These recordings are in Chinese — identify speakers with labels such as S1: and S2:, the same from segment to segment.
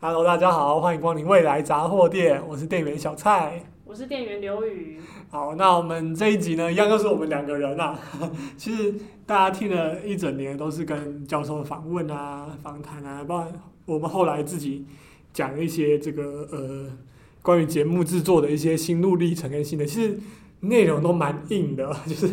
S1: Hello，大家好，欢迎光临未来杂货店，我是店员小蔡。
S2: 我是店员刘宇，
S1: 好，那我们这一集呢，一样又是我们两个人啊。 其实大家听了一整年都是跟教授访问啊、访谈啊，包括我们后来自己讲一些这个呃关于节目制作的一些心路历程跟心得，其实内容都蛮硬的， 就是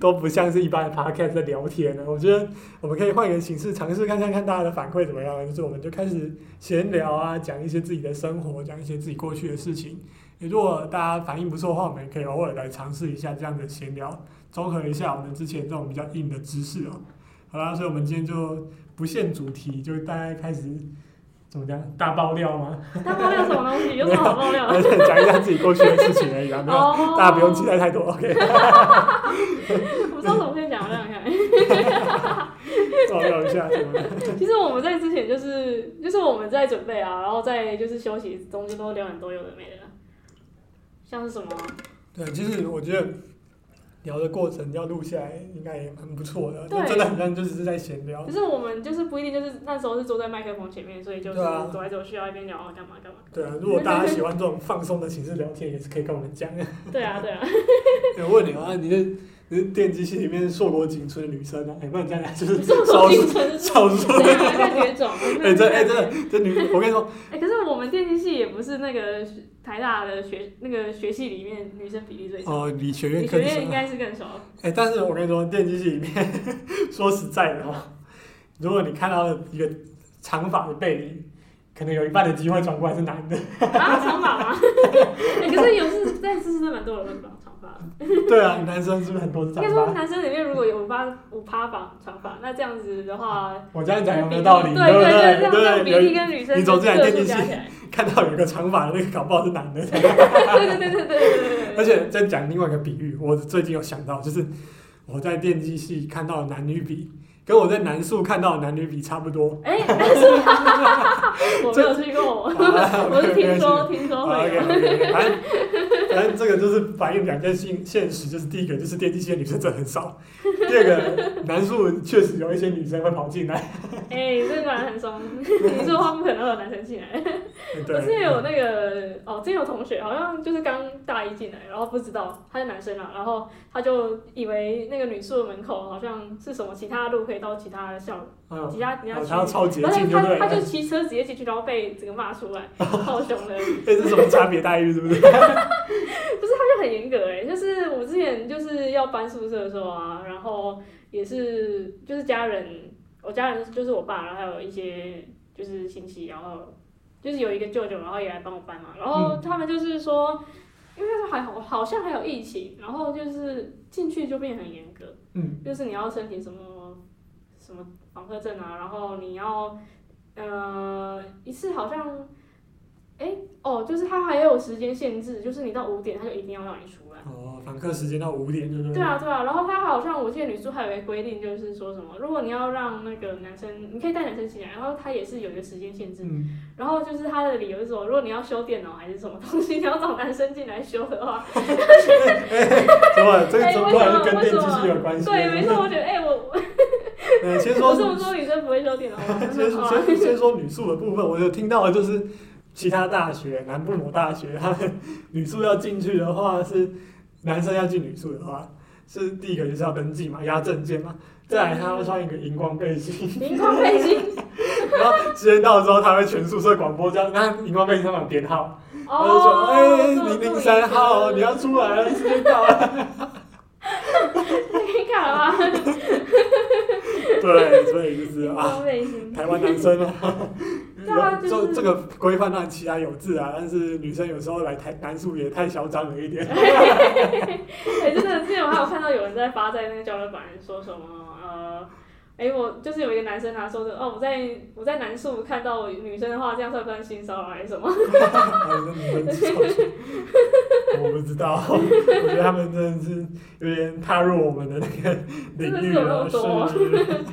S1: 都不像是一般的 podcast 在聊天啊的。我觉得我们可以换一个形式尝试看看看大家的反馈怎么样，就是我们就开始闲聊啊，讲一些自己的生活，讲一些自己过去的事情。也如果大家反应不错的话，我们也可以偶尔来尝试一下这样的闲聊，综合一下我们之前这种比较硬的知识哦、好啦，所以我们今天就不限主题，就大家开始怎么讲大爆料吗？
S2: 他爆料什么东西？有什么好爆料的？
S1: 讲一下自己过去的事情而已啦， 没有，
S2: 哦
S1: 大家不用期。待太多。OK，
S2: 我不知道怎么可以讲，我想想看。
S1: 爆料一下什么的。
S2: 其实我们在之前就是就是我们在准备啊，然后在就是休息中间都聊很多有的没的，像是什么啊
S1: 对，其实我觉得聊的过程要录下来，应该也蛮不错的。
S2: 对
S1: 真的很像就只是在闲聊
S2: 可。是我们就是不一定就是那时候是坐在麦克风前面，所以就是
S1: 对啊
S2: 走来走去啊，一边聊啊干嘛干嘛。
S1: 对啊，如果大家喜欢这种放松的形式聊天，也是可以跟我们讲。
S2: 对啊 对啊，
S1: 有问你啊，你是你是电机系里面硕果仅存的女生啊？哎、不然这样讲就是
S2: 这么
S1: 少
S2: 多
S1: 数
S2: 竞争，
S1: 少数。
S2: 对啊，看绝种。
S1: 哎、这哎、这这女，我跟你说，
S2: 哎、可是我们电机系也不是那个学台大的学那个学系里面女生比例最少，
S1: 哦，理学
S2: 你
S1: 院
S2: 学
S1: 更
S2: 院
S1: 深
S2: 应。该是更少。啊
S1: 哎、但是我跟你说，电机系里面， 说实在的哦，如果你看到了一个长发的背影，可能有一半的机会转过来是男的。
S2: 啊，长发吗？ 哎、可是有是在知识真的蛮多人都长发的。
S1: 对啊，男生是不是很多是
S2: 应
S1: 长
S2: 该说
S1: 发？
S2: 男生里面如果有五八五趴绑长发，那这样子的话，
S1: 我这样讲有没有道理？
S2: 对
S1: 不对？
S2: 对，这样这样比
S1: 有
S2: 例跟女生
S1: 你走进来
S2: 个
S1: 电
S2: 数
S1: 梯
S2: 加
S1: 系
S2: 起来，
S1: 看到有一个长发的那个，搞不好是男的。
S2: 对对对对对对对
S1: 而
S2: 对。
S1: 且再讲另外一个比喻，我最近有想到，就是我在电机系看到的男女比，跟我在南宿看到的男女比差不 多。
S2: 哎、但是 我没有去过，我
S1: 啊
S2: 我是听说听
S1: 好
S2: 说会啊有。
S1: ，OK，反正反正这个就是反映两件现现实，就是第一个就是电机系的女生真的很少，第二个南宿确实有一些女生会跑进 来。
S2: 哎、这个很松，你说话不可能会有男生进来。我之前
S1: 对，嗯
S2: 有那个哦，之前有同学好像就是刚大一进来，然后不知道他是男生啊，然后他就以为那个女宿的门口好像是什么其他路可以到其他的校，
S1: 嗯，
S2: 其他其他
S1: 好
S2: 区
S1: 他要。超捷
S2: 然后
S1: 径，对不
S2: 他
S1: 对？ 哦
S2: 他就骑车直接进去，然后被整个骂出来，好凶的，
S1: 哎，这是什么差别待遇，是不 是？
S2: 他就很严格哎、就是我之前就是要搬宿舍的时候啊，然后也是就是家人，我家人就是我爸，然后还有一些就是亲戚，然后就是有一个舅舅，然后也来帮我搬嘛。然后他们就是说，因为那时候还好好像还有疫情，然后就是进去就变得很严格，
S1: 嗯，
S2: 就是你要申请什么什么房客证啊，然后你要呃一次好像。哎、哦，就是他还有时间限制，就是你到五点他就一定要让你出来。
S1: 哦，访客时间到五点，对不
S2: 对？啊，对啊，然后他好像我记得女宿还有一个规定，就是说什么，如果你要让那个男生，你可以带男生进来，然后他也是有一个时间限制。
S1: 嗯，
S2: 然后就是他的理由是说，如果你要修电脑还是什么东西，你要找男生进来修的话，
S1: 怎么这个
S2: 哎
S1: 怎
S2: 为
S1: 么
S2: 什
S1: 然
S2: 么
S1: 跟
S2: 为
S1: 电
S2: 什
S1: 机系
S2: 么
S1: 有关系？
S2: 对，没错，我觉得，哎、我
S1: 呃，先
S2: 我
S1: 说？
S2: 我这么说女生不会修电脑吗
S1: 先
S2: 好啊
S1: 先先说女宿的部分，我有听到的就是其他大学，南部某大学，他们 女宿要进去的话是男生要进女宿的话，是第一个就是要登记嘛，压证件嘛，再来他要穿一个荧光背心，
S2: 荧光背心
S1: 然后时间到了之后他会全宿舍广播这样，那荧光背心上面有编号，他就说
S2: 哦，
S1: 哎
S2: 这么
S1: 零零三号你要出来了，时间到了，
S2: 这么尴尬了吧？
S1: 对，所以就是
S2: 荧
S1: 啊。
S2: 光背心，
S1: 台湾男生 啊，
S2: 对啊
S1: 有
S2: 就是
S1: 这这个规范让其他有志啊，但是女生有时候来台男宿也太嚣张了一 点。
S2: 哎、真的，之前我还有看到有人在发在那个交流版说什么呃，哎、我就是有一个男生啊，说的哦，我在我在男宿看到女生的话，这样算不算性骚扰还是什么？
S1: 还是女生至少去我不知道，我觉得他们真的是有点踏入我们的那个领域了，
S2: 真的是有那么多
S1: 是，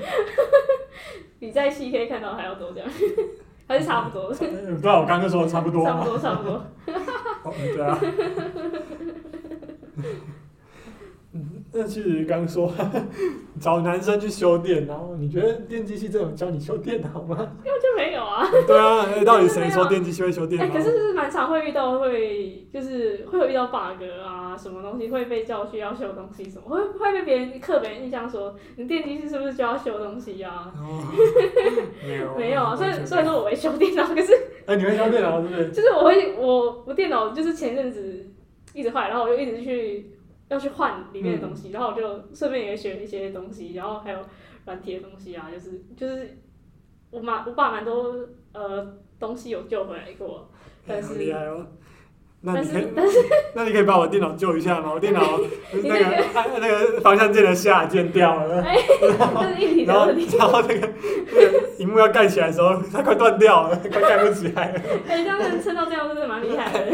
S2: 比在漆黑看到还要多这样， 还是差不多，差
S1: 不知道啊我刚刚说的差不多
S2: 不
S1: 吗？
S2: 多，差不多。
S1: 哦对啊。嗯，那其实刚说找男生去修电脑，你觉得电机系这种教你修电脑吗？
S2: 根本就没有啊，啊。
S1: 对啊，哎到底谁说电机系会修
S2: 哎、
S1: 电脑
S2: 可？是就是蛮常会遇到会，就是会有遇到 bug 啊，什么东西会被叫去要修东西什么，会会被别人刻板印象说你电机系是不是就要修东西啊？
S1: 哦没有
S2: 没有啊，所
S1: 哦完全
S2: 以所以
S1: 没有
S2: 说我会修电脑，可是
S1: 哎，你会修电脑是不是？
S2: 就是我会我我电脑就是前阵子一直坏，然后我就一直去要去换里面的东
S1: 嗯
S2: 西，然后我就顺便也学一些东西，然后还有软体的东西啊，就是就是我妈我爸蛮多呃东西有救回来给我， 但
S1: 哎好
S2: 是
S1: 厉害哦！那
S2: 但
S1: 你可以
S2: 是，但是
S1: 那你可以把我电脑救一下吗？我电脑那
S2: 你
S1: 个按那个方向键的下键掉了，
S2: 这是一体
S1: 然
S2: 的
S1: 后
S2: 问题。
S1: 然 后那个那个荧幕要盖起来的时候，它快断掉了，快盖不起来了，
S2: 哎、这样能撑到这样真的蛮厉害的。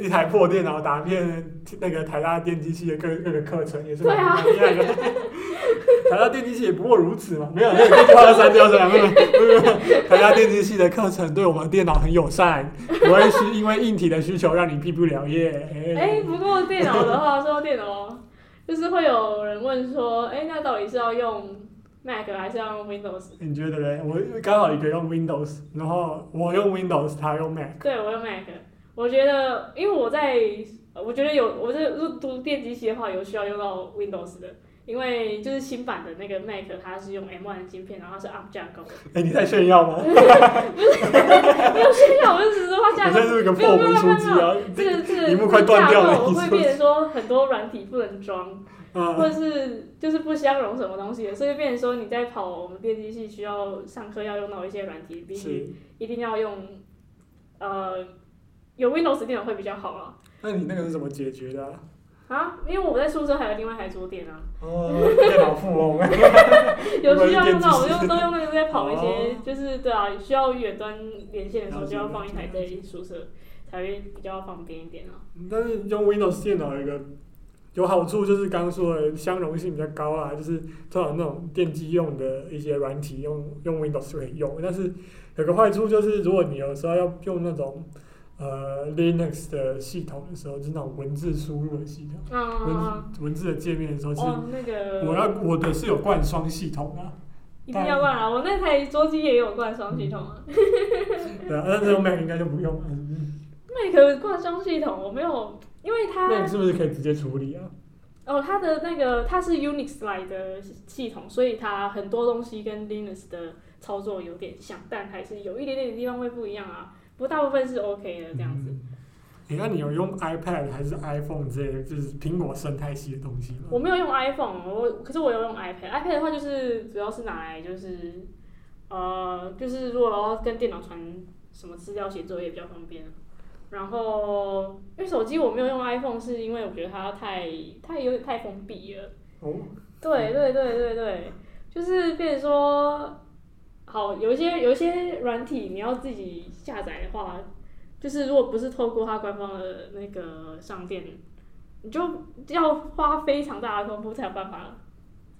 S1: 一台破电脑打遍那个台大电机系的各各个课程也是
S2: 对
S1: 蛮
S2: 啊
S1: 蛮厉害的。台大电机系也不过如此嘛，没有，那这句话要删掉是吧？没有，没有，没有。台大电机系的课程对我们电脑很友善，不会是因为硬体的需求让你毕不了业。
S2: 哎、不过电脑的话，说到电脑，就是会有人问说，哎、那到底是要用 Mac 还是要用 Windows？
S1: 你觉得嘞？我刚好一个用 Windows，然后我用 Windows，他用 Mac。
S2: 对我用 Mac，我觉得因为我在，呃我觉得有我这入读电机系的话，有需要用到 Windows 的。因为就是新版的那个 Mac，它是用 M1 的芯片，然后它是 ARM 架 构。
S1: 哎、你在炫耀吗？
S2: 没有炫耀，我就只是说它
S1: 我
S2: 架
S1: 现
S2: 构
S1: 在是个破文书机啊！
S2: 这个这 个
S1: 屏幕快断掉了
S2: 架构
S1: 你
S2: 会
S1: 说
S2: 变成说很多软体不能装，
S1: 啊，
S2: 或者是就是不相容什么东西的，所以变成说你在跑我们电机系需要上课要用到一些软体，必须
S1: 是。
S2: 一定要用，呃，有 Windows 电脑会比较好啊
S1: 那你那个是怎么解决的、啊？
S2: 啊，因为我在宿舍还有另外一台桌垫 啊，
S1: 哦，电脑富翁。
S2: 有需要用到
S1: 我
S2: 我
S1: 们是电机系
S2: 就都用那个在跑一些
S1: 哦，
S2: 就是对啊，需要远端连线的时候
S1: 了解
S2: 就要放一台在
S1: 了解
S2: 宿舍，才会比较方便一点啊。
S1: 但是用 Windows 电脑有一个有好处，就是刚刚说的相容性比较高啊，就是通常那种电机用的一些软体用用 Windows 就可以用。但是有个坏处就是，如果你有时候要用那种呃 Linux 的系统的时候，就是那种文字输入的系统。
S2: 嗯，
S1: 文文字的界面的时候，其实
S2: 哦，那个
S1: 我要我的是有灌双系统啊，
S2: 一定要灌啊，我那台桌机也有灌双系统啊。
S1: 对啊，但是用 Mac 应该就不用了。嗯
S2: Mac 灌装系统我没有，因为它
S1: Mac 是不是可以直接处理啊？
S2: 哦它的那个它是 Unix 来的系统，所以它很多东西跟 Linux 的操作有点像，但还是有一点点地方会不一样啊。不过大部分是 OK 的这样子。
S1: 嗯。你看你有用 iPad 还是 iPhone 之类的，就是苹果生态系的东西吗？
S2: 我没有用 iPhone，我可是我有用 iPad。iPad 的话就是主要是拿来就是呃，就是如果要跟电脑传什么资料、写作业比较方便。然后因为手机我没有用 iPhone，是因为我觉得它太太有点太封闭了。
S1: 哦，
S2: 对对对对对，就是变成说，好有一些有一些软体你要自己下载的话，就是如果不是透过它官方的那个商店，你就要花非常大的功夫才有办法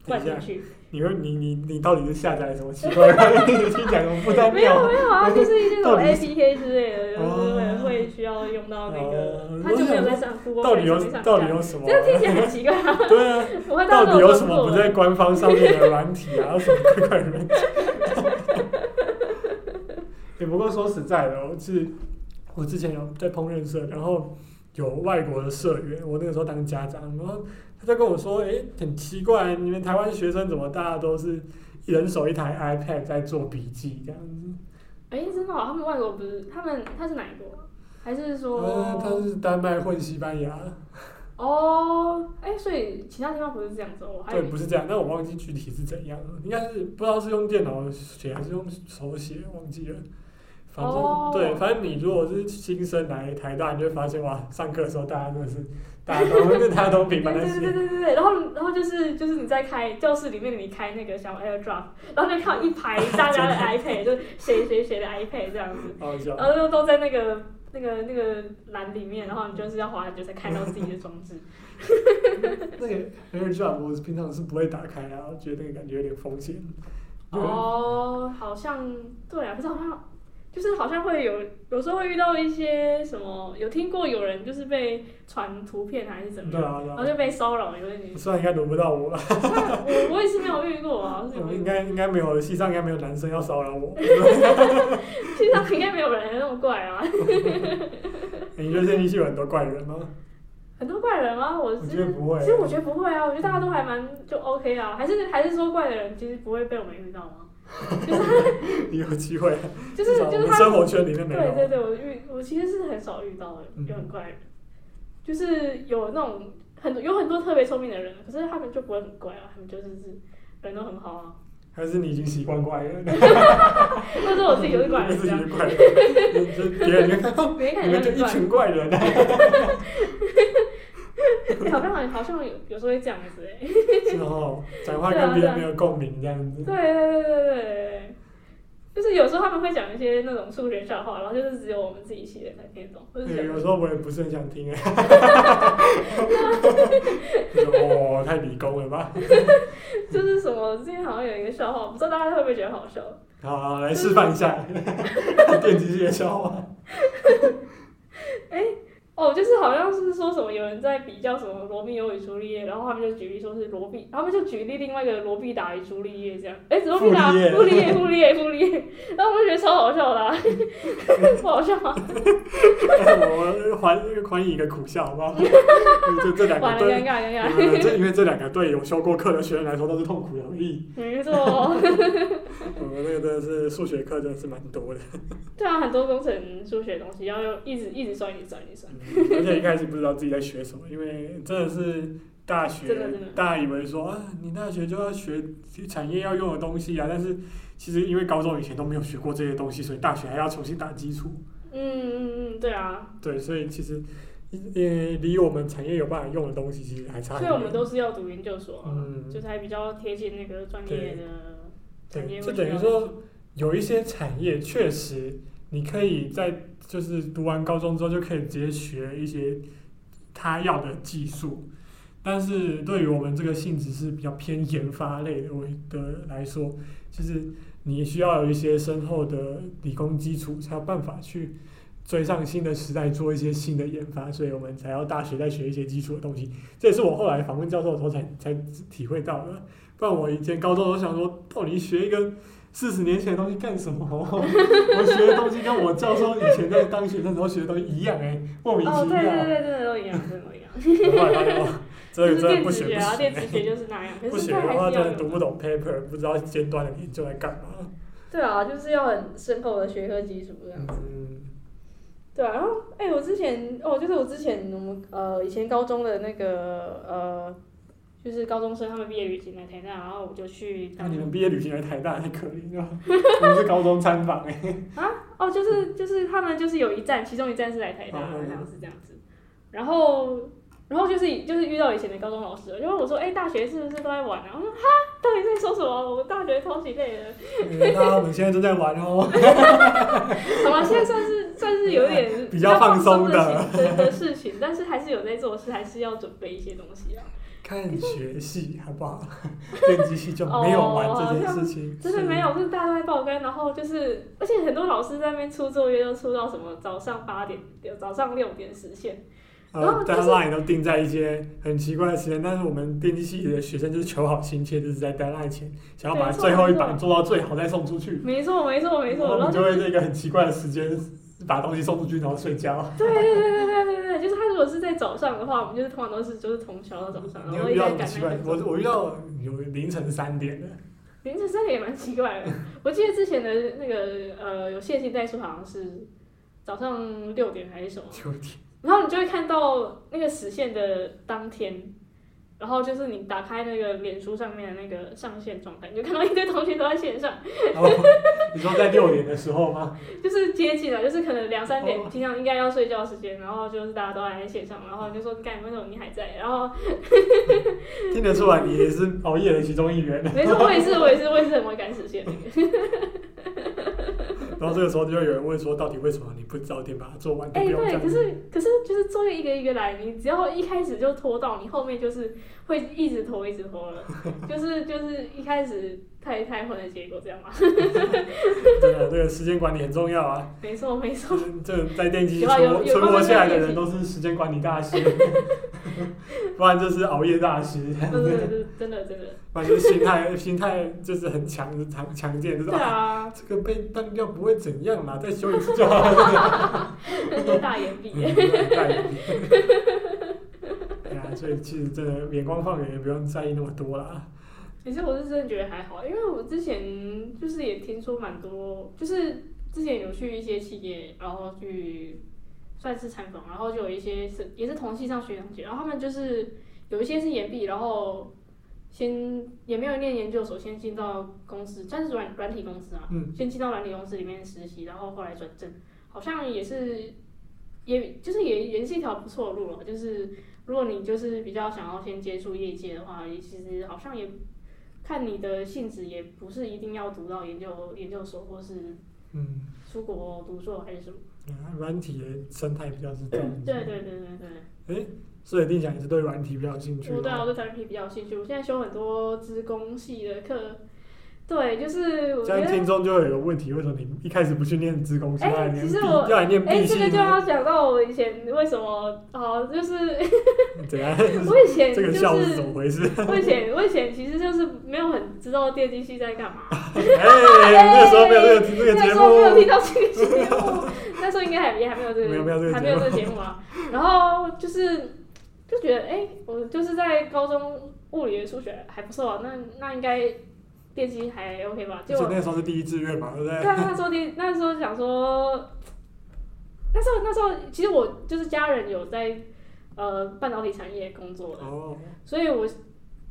S2: 灌
S1: 等一
S2: 进
S1: 下，
S2: 去。
S1: 你会你你你到底是下载了什么奇怪的？你 听讲的不太
S2: 没有
S1: 妙。
S2: 没有啊，就是一些什么
S1: 到底
S2: APK 之类的，就是会
S1: 哦
S2: 会需要用到那
S1: 哦
S2: 个，它就没有在上 g o o
S1: 到
S2: g
S1: 底
S2: l
S1: 有
S2: 上面上
S1: 到底
S2: 架
S1: 有什么
S2: 这？样听起来很奇怪啊！
S1: 对啊，
S2: 我会
S1: 到底
S2: 这种
S1: 有什
S2: 工作
S1: 么不在官方上面的软体 啊？有什么怪怪的软体？ 也不过说实在的，我是我之前有在烹饪社，然后有外国的社员，我那个时候当家长，然后他就跟我说：“诶，很奇怪，你们台湾学生怎么大家都是一人手一台 iPad 在做笔记这样子
S2: 哎、真的、哦，他们外国不是他们他是哪一国啊？还是？”说、
S1: 呃，他是丹麦混西班牙，
S2: 哦？哎、所以其他地方不是这样子哦，我还以
S1: 对，
S2: 为
S1: 不是这样，但我忘记具体是怎样了，应该是不知道是用电脑写还是用手写，忘记了。反正、
S2: 哦
S1: 对，反正你如果是新生来台大，你就会发现哇，上课的时候大家真的是，大家都 大家都频
S2: 对
S1: 繁在
S2: 对对
S1: 写。
S2: 对对对，然后然后就是就是你在开教室里面，你开那个小 AirDrop，然后就看到一排 大家的 iPad，就是谁谁谁的 iPad 这样子，
S1: 好笑
S2: 然，后都都在那个那个那个栏里面，然后你就是要滑，你就才看到自己的装置。
S1: 那个 AirDrop 我平常是不会打开的，我觉得那个感觉有点风险。
S2: 哦哦，好像对啊，可是好像就就是好像会有有时候会遇到一些什么，有听过有人就是被传图片还是怎么
S1: 对
S2: 样，
S1: 啊，对
S2: 然后
S1: 啊。
S2: 就被骚扰，有点女生，
S1: 虽然应该轮不到我了，
S2: 我我也是没有遇过啊，我是没有
S1: 我
S2: 遇
S1: 应
S2: 过，
S1: 该应该没有，戏上应该没有男生要骚扰我。
S2: 现场应该没有人那么怪啊，
S1: 你觉得仙女系有很多怪人吗？
S2: 很多怪人吗？我
S1: 我
S2: 是
S1: 觉得不会
S2: 其实我觉得不会啊，我觉得大家都还蛮就 OK 啊，还是还是说怪的人其实不会被我们遇到吗？
S1: 有机会，
S2: 就是
S1: 至少
S2: 就是
S1: 我们
S2: 他
S1: 生活圈里面没有。
S2: 对对对，我遇我其实是很少遇到的，
S1: 嗯
S2: 有很怪的人，就是有那种很多有很多特别聪明的人，可是他们就不会很怪啊，他们就是是人都很好啊，
S1: 还是你已经习惯怪 人，
S2: 或者我自己就是怪人
S1: 自
S2: 这
S1: 己
S2: 样，
S1: 是怪人，你就别人看
S2: 别人
S1: 你
S2: 看
S1: 们
S2: 起
S1: 就
S2: 来
S1: 一
S2: 就很
S1: 群怪 人。啊
S2: 怪，好像好像有有时候会这样子哎、
S1: 然后哦讲话跟别人没有共鸣这样子
S2: 对。啊对对对对对，就是有时候他们会讲一些那种数学笑话，然后就是只有我们自己系的人才听得懂，或者是
S1: 对，
S2: 有
S1: 有时候我也不是很想 听哎。就是哦，太理工了吧？
S2: 就是什么之前好像有一个笑话，我不知道大家会不会觉得好笑，
S1: 好，好来示范一下 电机系的笑话。
S2: 哦，就是好像是说什么有人在比较什么罗密欧与朱丽叶，然后他们就举例说是罗密，他们就举例另外一个罗必达与朱丽叶这样，哎，罗必达、
S1: 傅立叶
S2: 傅立叶、傅立叶、傅立叶，然后我就觉得超好笑的、啊， 不好笑啊吗？
S1: 我还还你一个苦笑，好不好？这这两
S2: 完
S1: 个
S2: 了，尴
S1: 对，
S2: 尬，尴尬，
S1: 嗯这因为这两个对有修过课的学生来说都是痛苦容易。
S2: 没错，
S1: 我们那个真的是数学课真的是蛮多的，
S2: 对啊，很多工程数学的东西要用一直一直算，一直算，一直算，
S1: 嗯 而且一开始不知道自己在学什么，因为真的是大学
S2: 真的真的，
S1: 大家以为说啊，你大学就要学产业要用的东西啊，但是其实因为高中以前都没有学过这些东西，所以大学还要重新打基础。
S2: 嗯嗯嗯，对啊，
S1: 对，所以其实呃，离我们产业有办法用的东西其实还差很
S2: 所以
S1: 远。
S2: 我们都是要读研究所、啊，
S1: 嗯
S2: 就才比较贴近那个专业的产业
S1: 对，
S2: 会
S1: 就
S2: 需
S1: 等于
S2: 要
S1: 说有一些产业确实你可以在就是读完高中之后就可以直接学一些他要的技术，但是对于我们这个性质是比较偏研发类的我的来说，就是你需要有一些深厚的理工基础，才有办法去。追上新的时代，做一些新的研发，所以我们才要大学再学一些基础的东西。这也是我后来访问教授的时候才才体会到的。不然我以前高中都想说，到底学一个四十年前的东西干 什么？我学的东西跟我教授以前在当学生的时候学的东西一样哎、莫名
S2: 哦，
S1: 其
S2: 对
S1: 妙。
S2: 对对，真的都一样，真的都一样。
S1: 后来发现哇，这
S2: 就
S1: 个真
S2: 是
S1: 的
S2: 电
S1: 不
S2: 子
S1: 学
S2: 学
S1: 不
S2: 啊，
S1: 行
S2: 电
S1: 哎、
S2: 子学啊就是那样，可
S1: 不
S2: 是
S1: 学
S2: 现在
S1: 的话
S2: 还是
S1: 真
S2: 要
S1: 的读
S2: 有。
S1: 不懂 paper，不知道尖端的研究在干嘛。
S2: 对啊，就是要很深厚的学科基础这样。
S1: 嗯，
S2: 对啊，然后哎、我之前哦，就是我之前我们呃以前高中的那个呃，就是高中生他们毕业旅行来台大，然后我就去
S1: 那
S2: 当
S1: 你们毕业旅行来台大太可怜了，我们是高中参访哎。
S2: 哦，就是就是他们就是有一站，其中一站是来台大，好
S1: 嗯嗯
S2: 像是这样子。然后然后就是就是遇到以前的高中老师了，就问我说，哎、大学是不是都在玩啊？我说哈，到底在说什么？我们大学超级累的。
S1: 嗯大家我们现在正在玩哦，
S2: 好吧，现在算是算是有点
S1: 比较放松
S2: 松
S1: 的
S2: 的的事情，但是还是有在做事，还是要准备一些东西啊。
S1: 看学系好不好？ 电机系就没有玩这件事情，
S2: 哦真的没有，就是大家都在爆肝，然后就是，而且很多老师在那边出作业都出到什么早上八点、早上六点实现，然
S1: 呃，
S2: 后就
S1: 大
S2: 是
S1: 家 line 都定在一些很奇怪的时间，但是我们电机系的学生就是求好心切，就是在 deadline 前想要把
S2: 没错
S1: 最后一
S2: 没
S1: 版
S2: 错
S1: 做到最好再送出去，
S2: 没错，没错，没
S1: 然后
S2: 错。
S1: 哦我
S2: 然
S1: 们
S2: 后
S1: 就
S2: 就
S1: 会
S2: 是，
S1: 在一个很奇怪的时间把东西送出去，然后睡觉。
S2: 对对对对对对对，就是他如果是在早上的话，我们就是通常都是就是通宵到早上，
S1: 你
S2: 然
S1: 有
S2: 后
S1: 遇
S2: 一直
S1: 到
S2: 在
S1: 很
S2: 赶
S1: 奇
S2: 那
S1: 怪
S2: 个，
S1: 我我遇到有凌晨三点的，
S2: 凌晨三点也蛮奇怪的。我记得之前的那个呃，有线性代数好像是早上六点还是什么，
S1: 九点，
S2: 然后你就会看到那个实现的当天，然后就是你打开那个脸书上面的那个上线状态，你就看到一堆同学都在线上，
S1: 然后你说在六点的时候吗？
S2: 就是接近了，就是可能两三点
S1: 哦
S2: 平常应该要睡觉的时间，然后就是大家都还在线上，然后你就说干为什么你还在？然后
S1: 听得出来你也是熬夜的其中一员，
S2: 没错，我也是，我也是，我也是很会赶实现的。
S1: 然后这个时候就会有人问说，到底为什么你不早点把它做完？就
S2: 哎、
S1: 不用这
S2: 对，
S1: 样
S2: 可是可是就是作业一个一个来，你只要一开始就拖到，你后面就是会一直拖一直拖了，就是就是一开始太太混的结果这样吗？
S1: 对啊，这个时间管理很重要啊。
S2: 没错没错，
S1: 这在电机
S2: 有啊有
S1: 存
S2: 有
S1: 存活下来的
S2: 有
S1: 人都是时间管理大师， 不然就是熬夜大师，
S2: 真的真的真的真的，
S1: 不然就是心态心态就是很强强强健，就是
S2: 对啊，
S1: 这个被断掉不会怎样啦，再修一次就好了。
S2: 那些大眼比，
S1: 对啊，所以其实真的眼光放远，也不用在意那么多啦。
S2: 其实我是真的觉得还好，因为我之前就是也听说蛮多，就是之前有去一些企业，然后去算是参访，然后就有一些是也是同系上学长姐，然后他们就是有一些是研毕，然后先也没有念研究所，先进到公司，但是软软体公司啊，
S1: 嗯
S2: 先进到软体公司里面实习，然后后来转正，好像也是，也就是也也是一条不错的路了，就是。如果你就是比较想要先接触业界的话，也其实好像也看你的性质，也不是一定要读到研究研究所或是
S1: 嗯，
S2: 出国读硕还是什么。
S1: 啊软体的生态比较是这样子。
S2: 对对对对对，
S1: 所以丁想也是对软体比较有兴趣。
S2: 我对啊，我对 therapy 比较有兴趣。我现在修很多资工系的课，对，就是我觉
S1: 这样
S2: 得
S1: 听。众就会有个问题，为什么你一开始不去念职工，现
S2: 哎
S1: 在念
S2: 其
S1: B，
S2: 实我
S1: 要来念
S2: 哎、
S1: B
S2: 这
S1: 系
S2: 个就
S1: 呢？
S2: 要讲到我以前为什么哦，就是
S1: 怎样？
S2: 我以前
S1: 这
S2: 就
S1: 个
S2: 是
S1: 笑是怎 么回事？
S2: 我以前我以前其实就是没有很知道电机系在干嘛，
S1: 哎，那个时候没有这个这个
S2: 那
S1: 节
S2: 时候没有听
S1: 目，
S2: 到这个节目， 那时候应该还也还没有这个，
S1: 没有没有这个节目
S2: 还没有这个节目啊。然后就是就觉得，哎、我就是在高中物理的数学还不错、啊，那那应该电机还 OK 吧？
S1: 而
S2: 结
S1: 且
S2: 果
S1: 那个时候是第一志愿嘛，对不
S2: 对
S1: 对？
S2: 啊，那时候电那时候想说，那时候那时候其实我就是家人有在呃半导体产业工作的，
S1: 哦，
S2: 所以我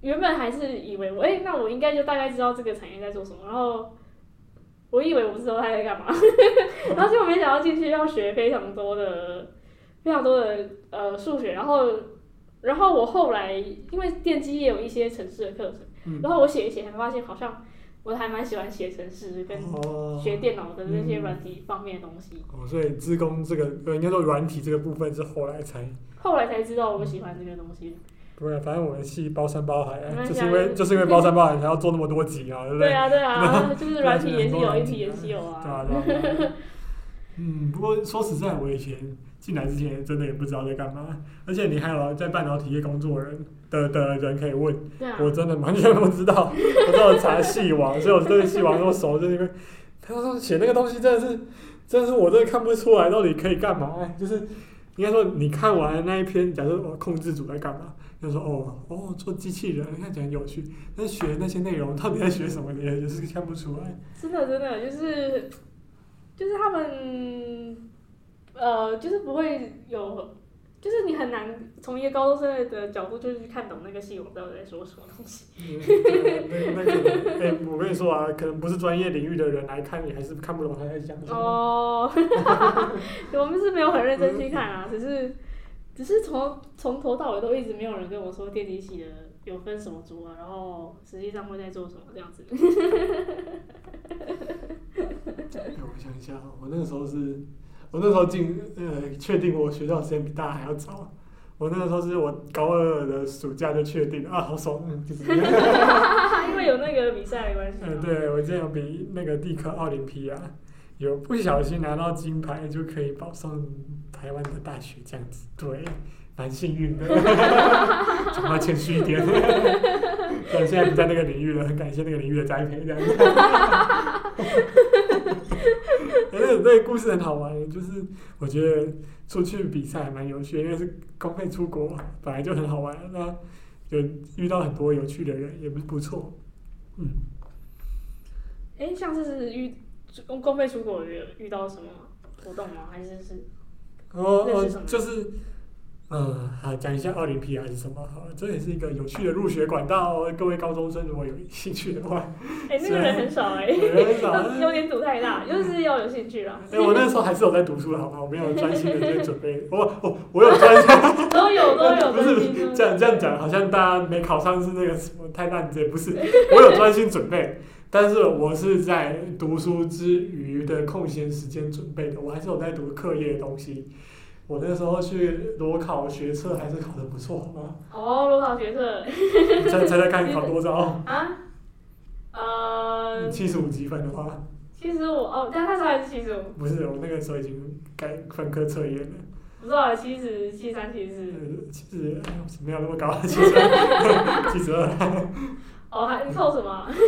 S2: 原本还是以为我哎、那我应该就大概知道这个产业在做什么，然后我以为我不知道他在干嘛， 然后结果没想到进去要学非常多的非常多的呃数学，然后然后我后来因为电机也有一些程式的课程，
S1: 嗯
S2: 然后我写一写才发现好像我还蛮喜欢写程式跟
S1: 哦，
S2: 学电脑的那些软体方面的东西，
S1: 哦，所以职工这个呃应该说软体这个部分是后来才，
S2: 后来才知道我喜欢这个东西。
S1: 不然反正我们系包山包海
S2: 没，关系
S1: 就
S2: 啊
S1: 是因为就是因为包山包海才要做那么多集啊，对不
S2: 对
S1: 对？
S2: 啊对 啊，就是软体也是有，
S1: 对啊
S2: 硬体也是有啊。
S1: 对啊，对啊对啊嗯，不过说实在，我以前进来之前真的也不知道在干嘛，而且你还有在半导体业工作的人的的人可以问，
S2: 对啊，
S1: 我真的完全不知道，我只有查戏王，所以我对戏王那么熟，就是因为他说写那个东西真的是，真的是我真的看不出来到底可以干嘛，哎就是应该说你看完那一篇，假设我控制组在干嘛，就说哦哦做机器人看起来很有趣，但是学那些内容到底在学什么，也也是看不出来。
S2: 真的真的就是就是他们呃，就是不会有，呃就是你很难从一个高中生的角度就是去看懂那个系我到底在说什么 东西。
S1: 嗯对 那那可能，哎、我跟你说啊，可能不是专业领域的人来看，你还是看不懂他在讲什么。
S2: 哦， 我们是没有很认真去看啊，只是只是从从头到尾都一直没有人跟我说电机系的有分什么组啊，然后实际上会在做什么这样子。
S1: 哎我想一下，我那个时候是，我那时候进呃，确定我学校时间比大家还要早。我那个时候是我高二的暑假就确定了啊，好爽！嗯，就是这样
S2: 因为有那个比赛的关系、
S1: 嗯，，对我之前有比那个地科奥林匹亚，有不小心拿到金牌就可以保送台湾的大学这样子，对，蛮幸运的，讲话谦虚一点。但现在不在那个领域了，很感谢那个领域的栽培，这样子。哎，那个那个故事很好玩，就是我觉得出去比赛还蛮有趣的，因为是公费出国，本来就很好玩。那有遇到很多有趣的人，也不不错。嗯，
S2: 哎、上次是遇公公费出国有遇到什么活动吗？还是是
S1: 哦
S2: 那是
S1: 哦
S2: 什么，
S1: 就是，嗯，好，讲一下奥林匹亚是什么好了，这也是一个有趣的入学管道哦，各位高中生如果有兴趣的话，
S2: 哎、那个人很少哎、
S1: 有人 找。
S2: 有有点赌太大，
S1: 嗯
S2: 就是要有兴趣啦，
S1: 哎、我那时候还是有在读书的，好吗？我没有专心的在准备，我我我有专心，
S2: 都有都有
S1: 不
S2: 分
S1: 是
S2: 析
S1: 这
S2: 出
S1: 样这样讲，好像大家没考上是那个什么太烂，这不 是，我有专心准备，但是我是在读书之余的空闲时间准备的，我还是有在读课业的东西。我那时候去裸考学测，还是考得不错，好啊吗？
S2: 哦，罗考学测
S1: 猜猜猜看考多少？
S2: 啊，呃，嗯
S1: 七十五积分的话，
S2: 七十五哦，但那时候还是七十五，
S1: 不是我那个时候已经该分科测验了，呃
S2: 不知道七十七三七四
S1: 其实哎没有那么高，七 十二，七十二，
S2: 哦，还你扣什么？还记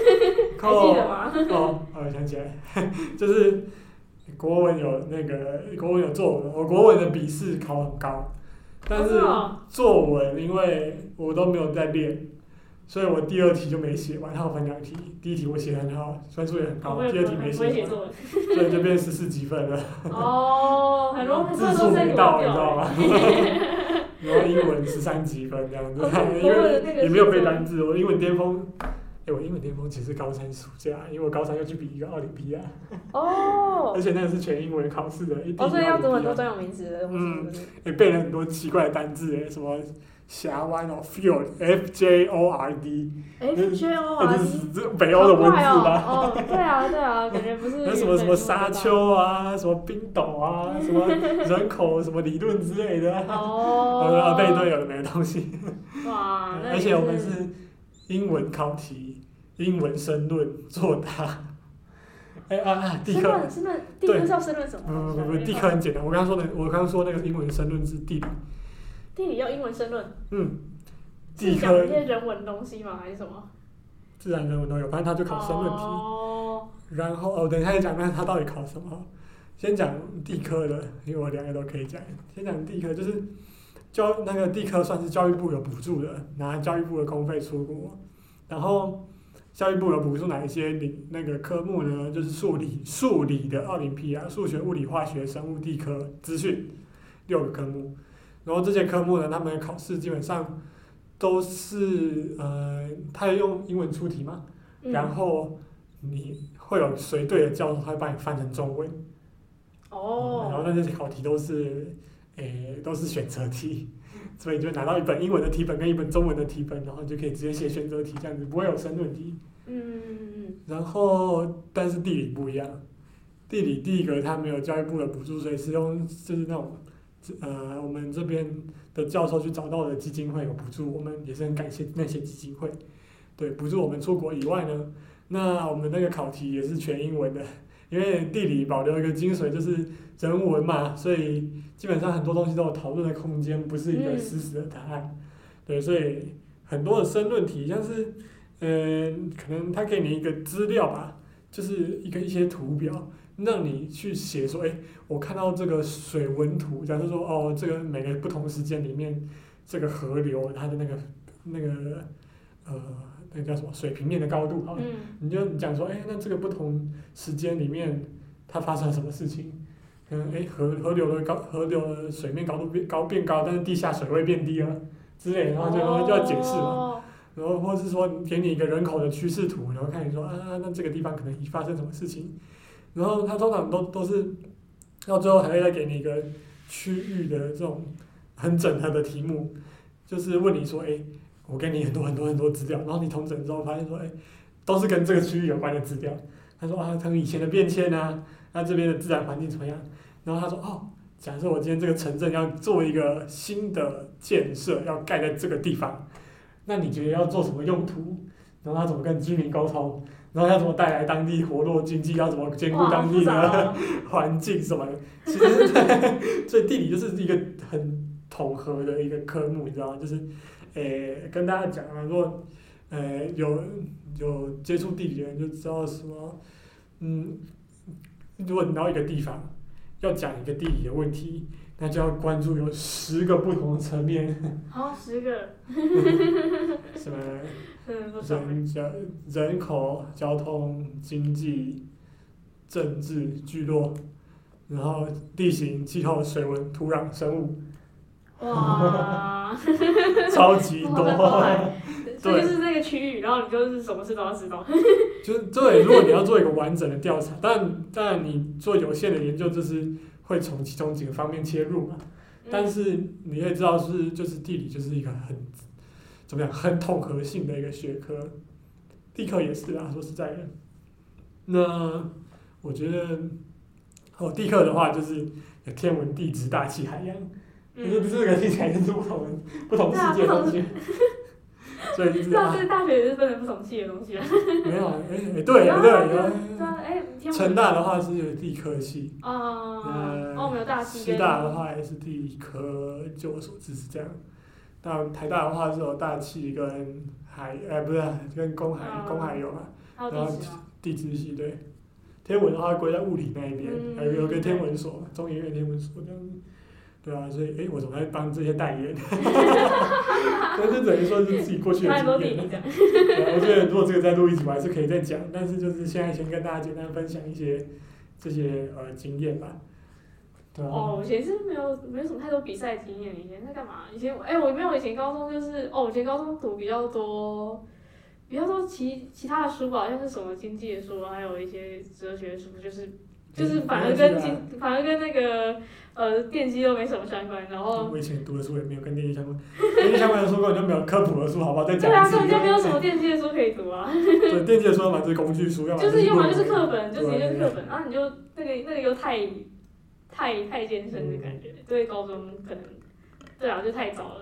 S1: 扣
S2: 得吗？
S1: 哦，我想起来，就是国文有那个国文有作文，我国文的笔试考很高，但
S2: 哦
S1: 是
S2: 哦
S1: 作文因为我都没有在练，所以我第二题就没写完，还有分两题，第一题我写得很好，分数也很高
S2: 我，也
S1: 第
S2: 不
S1: 二
S2: 会
S1: 题没
S2: 很不
S1: 写
S2: 会写
S1: 完，
S2: 作 文。
S1: 所以就变十四积分了，
S2: 哦，很多很多
S1: 字
S2: 都
S1: 数
S2: 是在
S1: 没
S2: 裸
S1: 到，你知道
S2: 表。
S1: 吗？ 然后英文十三积分这样子
S2: 哦对，
S1: 因
S2: 国文的那
S1: 为
S2: 个
S1: 也没有背
S2: 是
S1: 单字，我英文巅峰。哎、我英文巅峰其实高三暑假，因为我高三要去比一个奥林匹亚，
S2: 哦
S1: 而，且那个是全英文考试的，一定
S2: 哦，所以
S1: 要嗯
S2: 要读很
S1: 比
S2: 多
S1: 啊
S2: 专有名词的东西，是不是？
S1: 也背了很多奇怪的单字，哎，什么峡湾哦，field f j o r d，
S2: 哎，学哦，
S1: 哎
S2: 啊，
S1: 这
S2: 你
S1: 是这北欧的文字吧？
S2: 好 怪哦，哦对啊，对啊，感觉不是
S1: 那
S2: 原本
S1: 什
S2: 就
S1: 么
S2: 有
S1: 什么沙丘啊，什么冰岛啊，什 么人口什么理论之类的
S2: 的
S1: 啊，
S2: 吧。
S1: 然后
S2: 哦，
S1: 背一 堆有的没的东西。
S2: 哇，那
S1: 而且我们是英文考题，英文申论作答。哎啊啊，地
S2: 申
S1: 科
S2: 论，申论，地科
S1: 对
S2: 是要申论什么
S1: 不不
S2: 东西啊？
S1: 不不，地科很简单。我刚刚说的，我刚刚说那个英文申论是地理，
S2: 地理要英文申论，
S1: 嗯，
S2: 是
S1: 地
S2: 讲
S1: 科
S2: 一些人文东西吗？还是什么？
S1: 自然人文都有，反正他就考申论题。
S2: 哦，
S1: 然后哦，等一下再讲，那他到底考什么？先讲地科的，因为我两个都可以讲。先讲地科，就是教那个地科算是教育部有补助的，拿教育部的公费出国。然后教育部有补助哪一些领那个科目呢？就是数理、数理的奥林匹亚、数学、物理、化学、生物、地科、资讯六个科目。然后这些科目呢，他们的考试基本上都是呃，他用英文出题嘛，
S2: 嗯
S1: 然后你会有随队的教授，他会帮你翻成中文。然后
S2: 哦，
S1: 那些考题都是，诶、都是选择题，
S2: 嗯
S1: 所以你就拿到一本英文的题本跟一本中文的题本，然后你就可以直接写选择题，这样子不会有申论题。
S2: 嗯，
S1: 然后，但是地理不一样，地理第一个它没有教育部的补助，所以是用就是那种，呃，我们这边的教授去找到的基金会有补助，我们也是很感谢那些基金会，对，补助我们出国以外呢， 那我们那个考题也是全英文的，因为地理保留一个精髓就是人文嘛，所以基本上很多东西都有讨论的空间，不是一个
S2: 嗯
S1: 死死的答案，对，所以很多的申论题像是。嗯，可能他给你一个资料吧，就是一个一些图表，让你去写说，哎、我看到这个水文图，假设说，哦，这个每个不同时间里面，这个河流它的那个那个呃，那个叫什么水平面的高度，好了，
S2: 嗯，
S1: 你就讲说，哎、那这个不同时间里面它发生了什么事情？可能哎、河河流的高河流的水面高度变高变高，但是地下水位变低了之
S2: 嗯
S1: 类的，然后就然
S2: 哦
S1: 后就要解释嘛。
S2: 嘛。
S1: 然后或是说给你一个人口的趋势图，然后看你说啊，那这个地方可能已发生什么事情，然后它通常都都是到最后还会再给你一个区域的这种很整合的题目，就是问你说，哎，我给你很多很多很多资料，然后你统整之后发现说，哎，都是跟这个区域有关的资料。他说啊，他们以前的变迁啊，那这边的自然环境怎么样？然后他说哦，假设我今天这个城镇要做一个新的建设，要盖在这个地方，那你觉得要做什么用途？然后他怎么跟居民沟通？然后要怎么带来当地活络经济？要怎么兼顾
S2: 哇
S1: 当地
S2: 复杂
S1: 的？
S2: 哦
S1: 环境什么的，其实所以地理就是一个很统合的一个科目，你知道吗？就是，诶、跟大家讲啊，如果呃有有接触地理的人就知道什么，嗯，如果你到一个地方要讲一个地理的问题，那就要关注有十个不同的层面，
S2: 好，十个，
S1: 什么
S2: 嗯，不 少。
S1: 人交人口、交通、经济、政治、聚落，然后地形、气候、水文、土壤、生 物，
S2: 哇，
S1: 超 级
S2: 哇好好
S1: 多
S2: 玩。这就是那个区域，然后你就是什么事都要知道。
S1: 就是对，如果你要做一个完整的调查，但但你做有限的研究，就是会从其中几个方面切入嘛。但
S2: 嗯
S1: 是你也知道是就是地理就是一个很怎么样很统合性的一个学科，地科也是啊，说实在的。那我觉得哦，地科的话就是有天文、地质、大气、海洋，可是
S2: 嗯，啊
S1: 这个听起来就是不同不同世界的东西。所以就是
S2: 那
S1: 啊，
S2: 这大学也是分得不同系的东西啊。
S1: 没有，哎、哎对
S2: 然后
S1: 对
S2: 他就对
S1: 对，
S2: 啊，哎，天
S1: 成大的话是有地科系，
S2: 啊，哦
S1: 呃，
S2: 我们有大系
S1: 师
S2: 跟
S1: 大的话也是地科，就我所知是这样。那台大的话是有大气跟海，哎、不是跟公海，
S2: 嗯
S1: 公海有嘛？
S2: 还有地址啊，
S1: 地质系对，天文的话归在物理那一边，
S2: 嗯
S1: 还有有个天文所，中研院天文所这样子。对啊，所以哎、诶我怎么在帮这些代 言？ 但是等于说是自己过去的
S2: 他也都
S1: 经
S2: 比你
S1: 验。
S2: 讲，
S1: 对啊我觉得如果这个再录一集，我还是可以再讲，但是就是现在先跟大家简单分享一些这些呃经验吧。对啊，
S2: 哦，我以前是没有没有什么太多比赛经验，以前在干嘛？以前我哎、我没有，以前高中就是哦，我以前高中读比较多，比较多其其他的书吧，像是什么经济的书啊，还有一些哲学书，就是
S1: 嗯
S2: 就是反而
S1: 啊
S2: 跟经、反而跟那个呃电机都没什么相关，然后。
S1: 我以前读的书也没有跟电力相关，电力相关的书根本就没有科普的书，好不好？再
S2: 对
S1: 嗯讲
S2: 啊，
S1: 一次。
S2: 根本就没有什么电机的书可以读啊，
S1: 对，电力的书要么就是工具书，要么
S2: 就是要么就是
S1: 论文
S2: 课本，就直接就是
S1: 对
S2: 课本，然啊后你就那个那个又太太太艰深的感
S1: 嗯
S2: 觉，对高中可能对啊就太早了，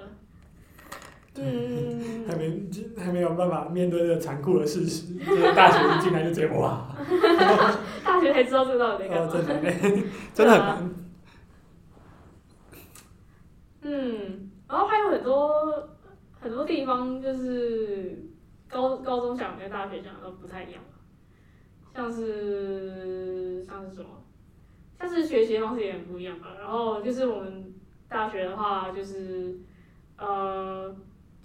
S2: 嗯，
S1: 还没还没有办法面对这个残酷的事实，就是大学一进来就直接 哇，
S2: 大学才知道这个到底在干
S1: 哦，
S2: 嘛。
S1: 真的嘞 真的很
S2: 啊
S1: 难。
S2: 嗯，然后还有很多很多地方就是高高中想跟大学想的都不太一样，像是像是什么，像是学习方式也很不一样吧。然后就是我们大学的话，就是呃，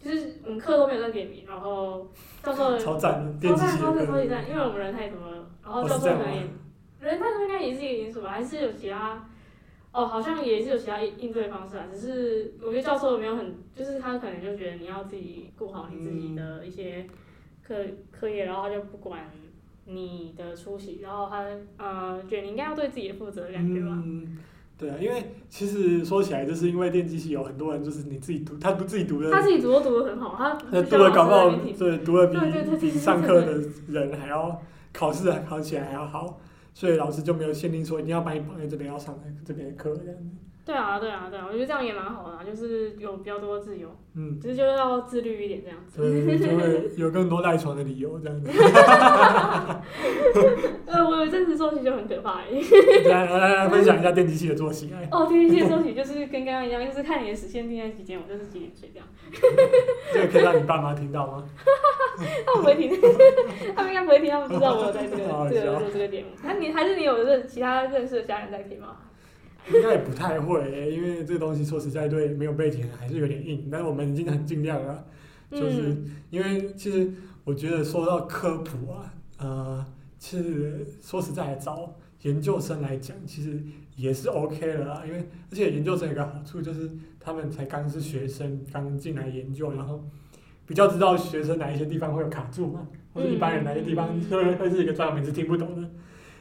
S2: 就是我们课都没有在点名，然后教授
S1: 超赞的，
S2: 超
S1: 电子
S2: 赞
S1: 系
S2: 超
S1: 的
S2: 赞超级
S1: 课，
S2: 赞，因为我们人太多了，然后
S1: 哦
S2: 教
S1: 是
S2: 授
S1: 这样
S2: 可能也
S1: 吗？
S2: 人太多应该也是一个因素吧，还是有其他哦，好像也是有其他应对方式啊。只是我觉得教授没有很，就是他可能就觉得你要自己顾好你自己的一些课课业，然后他就不管你的出席，然后他呃觉得你应该要对自己的负责的感觉吧。
S1: 嗯，对啊，因为其实说起来，就是因为电机系有很多人，就是你自己读，他读自己读的，
S2: 他自己读都读的很好，他
S1: 那
S2: 不需
S1: 读了
S2: 要老
S1: 搞不
S2: 师在那
S1: 好
S2: 边听。
S1: 对读了
S2: 对对对
S1: 比比
S2: 对
S1: 上课的人还要考试考起来还要好，所以老师就没有限定说一定要把你绑在这边要上这边的课这样子。
S2: 对啊，对啊，对啊，我觉得这样也蛮好的、啊，就是有比较多自由，
S1: 嗯，
S2: 只是就要自律一点这样子。
S1: 所以就会有更多赖床的理由这样子。
S2: 呃，我有一阵子作息就很可怕、欸。
S1: 来来来来，分享一下电机系的作息。哎，
S2: 哦，天蝎周期就是跟刚刚一样，就是看你的时限定在几点，我就是几点睡觉。
S1: 这个可以让你爸妈听到吗？
S2: 他们不会听，他们应该不会听，他们知道我有在这个
S1: 好好
S2: 这个
S1: 笑
S2: 做这个节目。那你还是你有认其他认识的家人在听吗？
S1: 应该也不太会、因为这个东西说实在对没有背景还是有点硬，但是我们已经很尽量了。就是
S2: 嗯，
S1: 因为其实我觉得说到科普啊，呃，其实说实在找研究生来讲，其实也是 OK 的啦。因为而且研究生有个好处就是他们才刚是学生，刚进来研究，然后比较知道学生哪一些地方会有卡住嘛，或者一般人哪些地方
S2: 嗯
S1: 会会是一个专门是听不懂的。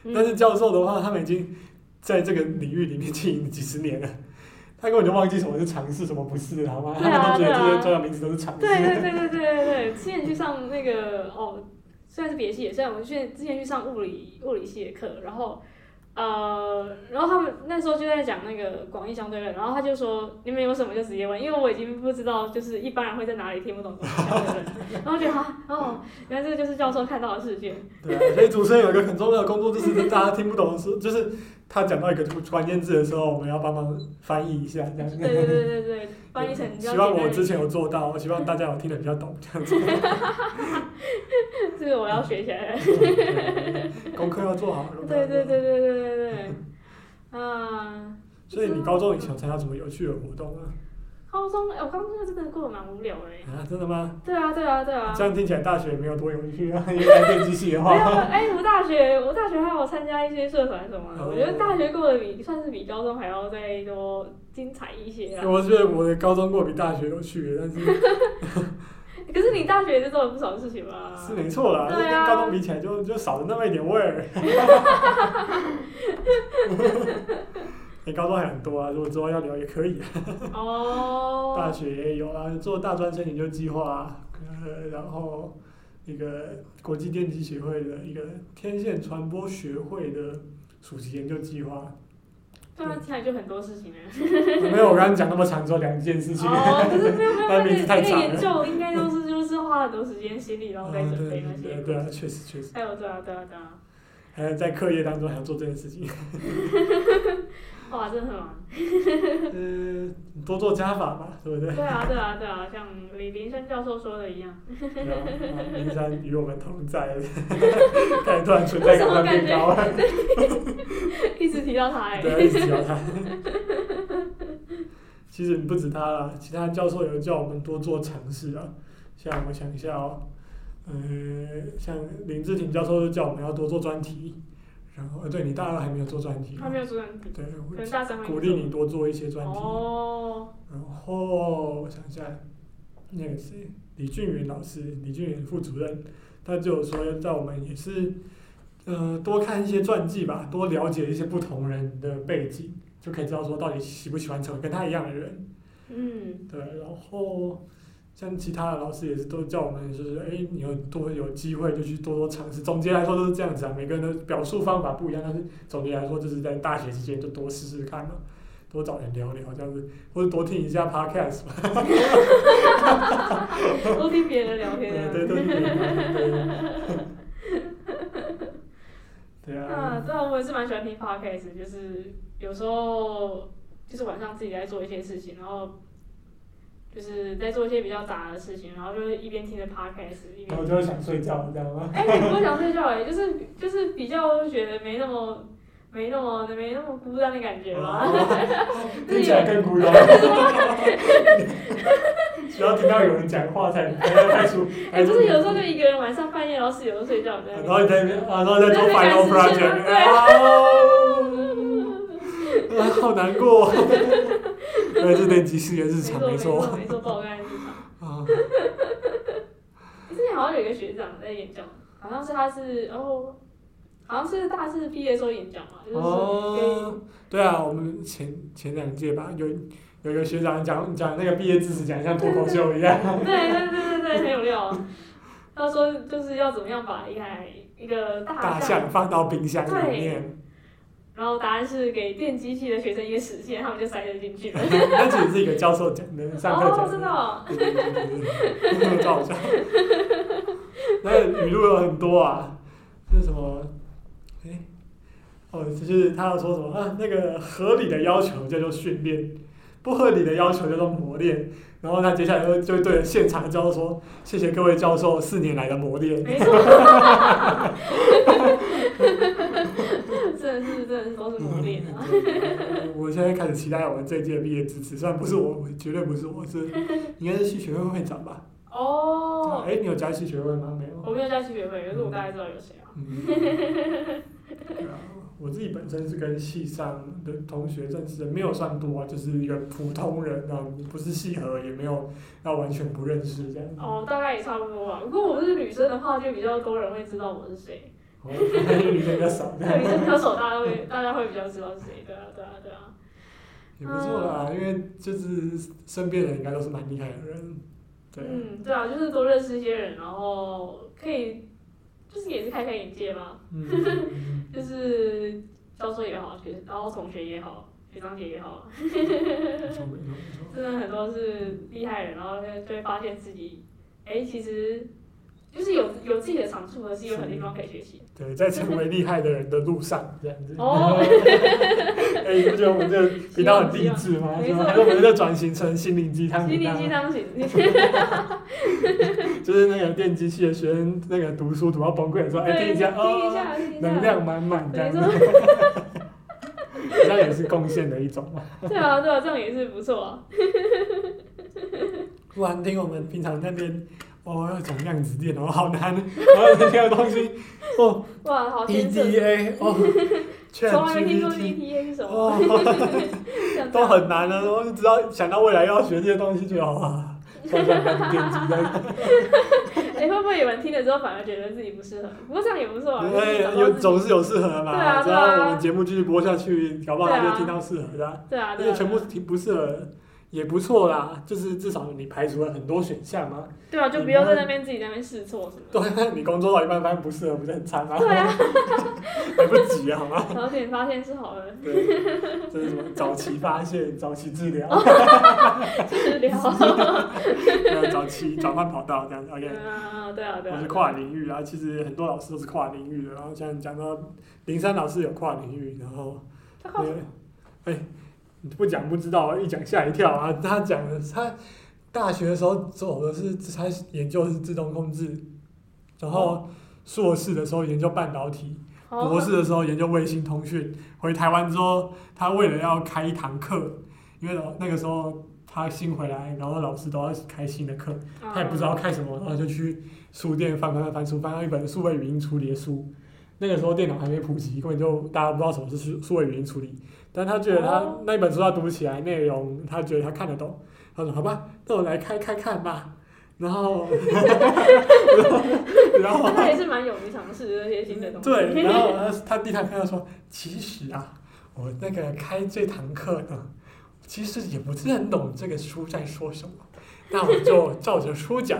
S2: 嗯
S1: 但是教授的话，他们已经在这个领域里面经营几十年了。 他根本就忘记什么是尝试，什么不是，好吗？
S2: 对啊
S1: 他们都觉得
S2: 对啊
S1: 这些专有名词都是尝试。
S2: 对啊对对对对对对，之前去上那个哦，虽然是别系的，虽然我们去之前去上物理物理系的课，然后呃，然后他们那时候就在讲那个广义相对论，然后他就说你们有什么就直接问，因为我已经不知道就是一般人会在哪里听不懂广义相对论，然后我觉得啊哦，原来这个就是教授看到的世界，
S1: 对啊，所以主持人有一个很重要的工作，就是大家听不懂的时候， 就是他讲到一个关键字的时候，我们要帮忙翻译一下，这样
S2: 对对对对对，翻译成比较
S1: 希望
S2: 简单
S1: 我
S2: 的
S1: 之前有做到，我希望大家有听得比较懂，这样子。
S2: 这个我要学起来了，
S1: 对 功课要做好。
S2: 对对对。对对对对，啊。
S1: 所以你高中以前有参加什么有趣的活动啊？
S2: 高中，哎、我高中真的过得蛮无聊的、欸。
S1: 啊，真的吗？
S2: 对啊，对啊，对啊。
S1: 这样听起来大学没有多有趣啊，因 为来电机系的
S2: 没有，
S1: 话，
S2: 哎、我大学，我大学还有参加一些社团什么的。
S1: 哦
S2: 我觉得大学过得比算是比高中还要再多精彩一些啊。
S1: 我觉得我的高中过比大学有趣，但是
S2: 可是你大学也是做了不少事情吧？
S1: 是没错啦，就
S2: 对
S1: 跟
S2: 啊
S1: 高中比起来就就少了那么一点味 儿。你、高中还很多啊，如果之后要聊也可以啊。
S2: 哦。
S1: 大学也有啊，做大专生研究计划啊，呃，然后一个呃国际电机协会的一个天线传播学会的暑期研究计 划。
S2: 对啊，听来就很多事情了。
S1: 没有，我刚刚讲那么长，只有两件事情。
S2: 哦，可是没有没有
S1: 但
S2: 没
S1: 名
S2: 有，
S1: 字
S2: 那
S1: 太
S2: 个
S1: 长了
S2: 研究应该都是就是花花很多时间心力，然后再准备那些
S1: 对。 对啊，确实确实，
S2: 哎呦，对啊，对啊，对啊，
S1: 还有在课业当中还要做这件事情，
S2: 哇，真的很忙。
S1: 嗯，多做加法吧，对不对？
S2: 对啊，对啊，对啊，像李林山教授说的一样，
S1: 对啊啊林山与我们同在，感觉突然存在感突然变高了，
S2: 一直提到他哎、
S1: 对，一直教他。其实不止他啦，其他教授有叫我们多做尝试啊，像我想一下哦，呃，像林志廷教授就叫我们要多做专题，然后呃，对你大二还没有做专题吗，
S2: 他没有做专题，
S1: 对，
S2: 可
S1: 我
S2: 能大三会
S1: 鼓励你多做一些专题。
S2: 哦，
S1: 然后我想一下，那个谁，李俊云老师，李俊云副主任，他就有说叫我们也是，呃，多看一些传记吧，多了解一些不同人的背景，就可以知道说到底喜不喜欢成为跟他一样的人。
S2: 嗯，
S1: 对，然后像其他的老师也是都叫我们，就是哎，你有多有机会就去多多尝试。总结来说都是这样子啊，每个人的表述方法不一样，但是总结来说就是在大学期间就多试试看嘛，多找人聊聊这样子，或者多听一下 podcast 吧。
S2: 多听别人聊天
S1: 对
S2: 啊。
S1: 对对对对。对
S2: 啊，
S1: 啊，
S2: 对啊，我也是蛮喜欢听 podcast，就是有时候就是晚上自己在做一些事情，然后就是在做一些比较杂的事情，然后就是一边听着 podcast 一
S1: 然
S2: 边
S1: 后。就会想睡觉，你知道吗？
S2: 哎、你不会想睡觉哎、就是就是比较觉得没那么没那么没那么孤单的感觉
S1: 哦
S2: 吧。
S1: 听起来更孤单。只要听到有人讲话才开始，
S2: 哎、不是有时候就一个人晚上半夜，然后室友都睡觉，你在
S1: 然
S2: 那边
S1: 后你在那边啊，然后在做 final 哎
S2: 对啊对
S1: project，啊，好难过。 对，这得及时的日常，没
S2: 没
S1: 错
S2: 没错，爆肝日常。
S1: 啊，
S2: 之前好像有一个学长在演讲，好像是他是哦，好像是大四毕业时候演讲嘛，就是说给
S1: 哦，对啊，我们前前两届吧，有有一个学长讲讲那个毕业致辞，讲得像脱口秀一样，
S2: 对对对对对，很有料。啊他说就是要怎么样把一台一个
S1: 大象放到冰箱里面，
S2: 然后答案是给电机系的学生一个实现，他们就塞得进去了。
S1: 那其实是一个教授讲的， 上课
S2: 哦，
S1: 讲
S2: 真的、
S1: 的，
S2: 哦，
S1: 对对对对对对，超好笑。那语录有很多啊，是什么？哎，哦，就是他要说什么啊？那个合理的要求叫做训练，不合理的要求叫做磨练。然后他接下来就就对现场教授说：“谢谢各位教授四年来的磨练。
S2: 没错， 真的是真的是都是磨练啊。
S1: 嗯”我现在开始期待我们这一届毕业致辞，虽然不是我，我绝对不是我，是应该是系学会会长吧？
S2: 哦，
S1: 哎，你有加系学会吗？没有。
S2: 我没有加系学会，可是我大概知道有谁啊。
S1: 嗯，对啊，我自己本身是跟系上的同学认识的没有算多啊，就是一个普通人啊，不是系合，也没有要完全不认识这样。
S2: 哦，大概也差不多吧。如果我是女生的话，就比较多人会知道我是谁。
S1: 哦，女生比较少这 样，
S2: 对，女生歌手大家会大家会比较知道是谁。对啊，对啊，对啊。
S1: 也不错啦，因为就是身边的人应该都是蛮厉害的人，对啊，
S2: 嗯，对啊，就是多认识一些人，然后可以就是也是开开眼界嘛。
S1: 嗯，
S2: 就是教授也好，学然后同学也好，学长姐也好，
S1: 没错没错没错，
S2: 真的很多是厉害人，然后就会发现自己，哎、其实就是有有自己的长处，可是有很多地方可以学习。
S1: 对，在成为厉害的人的路上这样子。
S2: 哦，
S1: 哎，你不觉得我们这个频道很励志吗？
S2: 没
S1: 是
S2: 错
S1: 吧？还是我们在转型成心灵鸡汤
S2: 心
S1: 频道
S2: 灵。鸡汤型，
S1: 就是那个电机系的学生，那个读书读到崩溃的时候，哎，
S2: 对，
S1: 听
S2: 听
S1: 一下
S2: 一
S1: 哦，
S2: 下，听一
S1: 能
S2: 下。
S1: 量满满这
S2: 没
S1: 样子，
S2: 错，
S1: 这样也是贡献的一种嘛。
S2: 对啊，对啊，这样也是不错啊。
S1: 不然听我们平常那边，哦，要讲量子电脑好 难，然后这个东西，哦
S2: 哇，好天真，
S1: ，EDA，哦，
S2: 从来没听过 E
S1: ChatGPT
S2: ETA 是什么，
S1: 哦，
S2: 这样子
S1: 都很难的，我只要想到未来要学这些东西就好 啊。算算算电机这样，
S2: 哎、会不会有人听了之后反而觉得自己不适合？不过这样也不错啊，就是 找
S1: 哎，
S2: 到
S1: 有
S2: 自己
S1: 总是有适合的
S2: 对啊
S1: 嘛，只
S2: 对啊
S1: 要我们节目继续播下去，搞不好他
S2: 对
S1: 就
S2: 啊
S1: 听到适合的啊。
S2: 对啊，
S1: 而
S2: 对
S1: 且
S2: 啊，
S1: 全部挺不适合，也不错啦。就是至少你排除了很多选项嘛。
S2: 对啊，就不要在那边自己在那边试错 什么的。
S1: 对，你工作到一半发现不适合，不是很惨吗？
S2: 对啊，
S1: 来不及啊好 吗？
S2: 然后点发现是好的，
S1: 对，这是什么？ 早期发现，早期治疗，
S2: 治疗。
S1: 没有早期，转换跑道这样子。OK，
S2: 嗯，对啊，对啊，
S1: 我是
S2: 对啊
S1: 跨领域啊，其实很多老师都是跨领域的。然后像讲到林珊老师有跨领域，然后
S2: 他靠
S1: 对哎、你不讲不知道，一讲吓一跳啊！ 他讲的他大学的时候走的是他研究的是自动控制，然后硕士的时候研究半导体，博
S2: 哦，
S1: 士的时候研究卫星通讯。回台湾之后，他为了要开一堂课，因为老那个时候他新回来，然后老师都要开新的课，
S2: 啊
S1: 他也不知道开什么，然后就去书店翻翻翻翻书，翻到一本数位语音处理的书。那个时候电脑还没普及，根本就大家不知道什么是数数位语音处理。但他觉得他
S2: 哦
S1: 那本书他读起来内容，他觉得他看得懂。他说：“好吧，那我来开开看吧。”然后， 然后
S2: 但他也是蛮勇于尝试这些新的东西。
S1: 嗯 对，然后他他第一堂课说，其实啊，我那个开这堂课呢，其实也不是很懂这个书在说什么，那我 就照着书讲。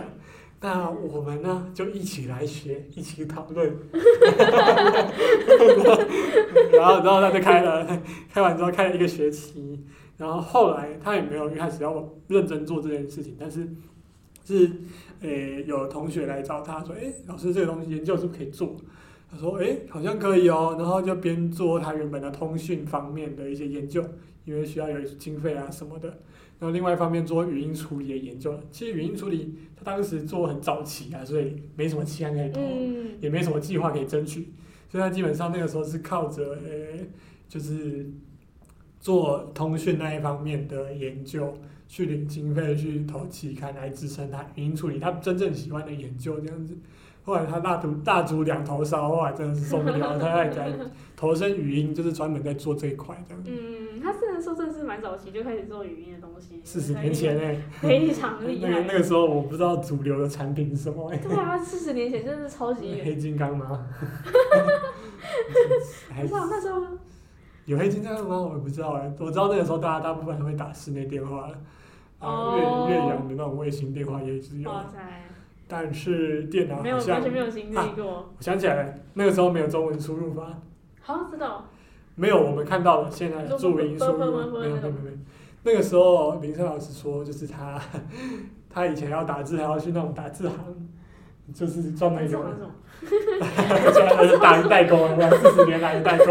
S1: 那我们呢，就一起来学，一起讨论。 然后，然后他就开了，开完之后开了一个学期。然后后来他也没有一开始要认真做这件事情，但是是呃有同学来找他说，诶，老师这个东西研究是不是可以做？他说：“诶，好像可以哦。”然后就边做他原本的通讯方面的一些研究，因为需要有经费啊什么的。然后另外一方面做语音处理的研究。其实语音处理他当时做很早期啊，所以没什么期案可以投，
S2: 嗯，
S1: 也没什么计划可以争取，所以他基本上那个时候是靠着呃，就是做通讯那一方面的研究去领经费去投期刊来支撑他语音处理他真正喜欢的研究这样子。后来他大足大足两头烧，后来真的是受不了，他在在投身语音，就是专门在做这一块这样。
S2: 嗯，他真的说真的是蛮早期就开始做语音的东西，
S1: 四十年前哎、
S2: 非常
S1: 那
S2: 厉
S1: 个
S2: 害。
S1: 那个时候我不知道主流的产品是什么、欸，
S2: 对啊，四十年前真的是超级远。
S1: 黑金刚吗？ 还
S2: 你知道那时候
S1: 有黑金刚吗？我也不知道哎、我知道那个时候大家大部分还会打室内电话，啊、岳
S2: 哦
S1: 岳阳的那种卫星电话也是有，
S2: 哇塞，
S1: 但是电脑
S2: 没有
S1: 好像啊
S2: 完全没有经历过。
S1: 我想起来了，那个时候没有中文输入法，
S2: 好，知道。
S1: 没有我们看到的现在的注音输入，没
S2: 你说
S1: 有
S2: 不不不不不
S1: 没有没有
S2: 那种
S1: 没有。那个时候林珊老师说，就是他 他以前要打字还要去那种打字行，就是专门
S2: 那
S1: 有
S2: 种
S1: 人
S2: 那种，
S1: 虽然他是大代沟啊，四十年来的代沟，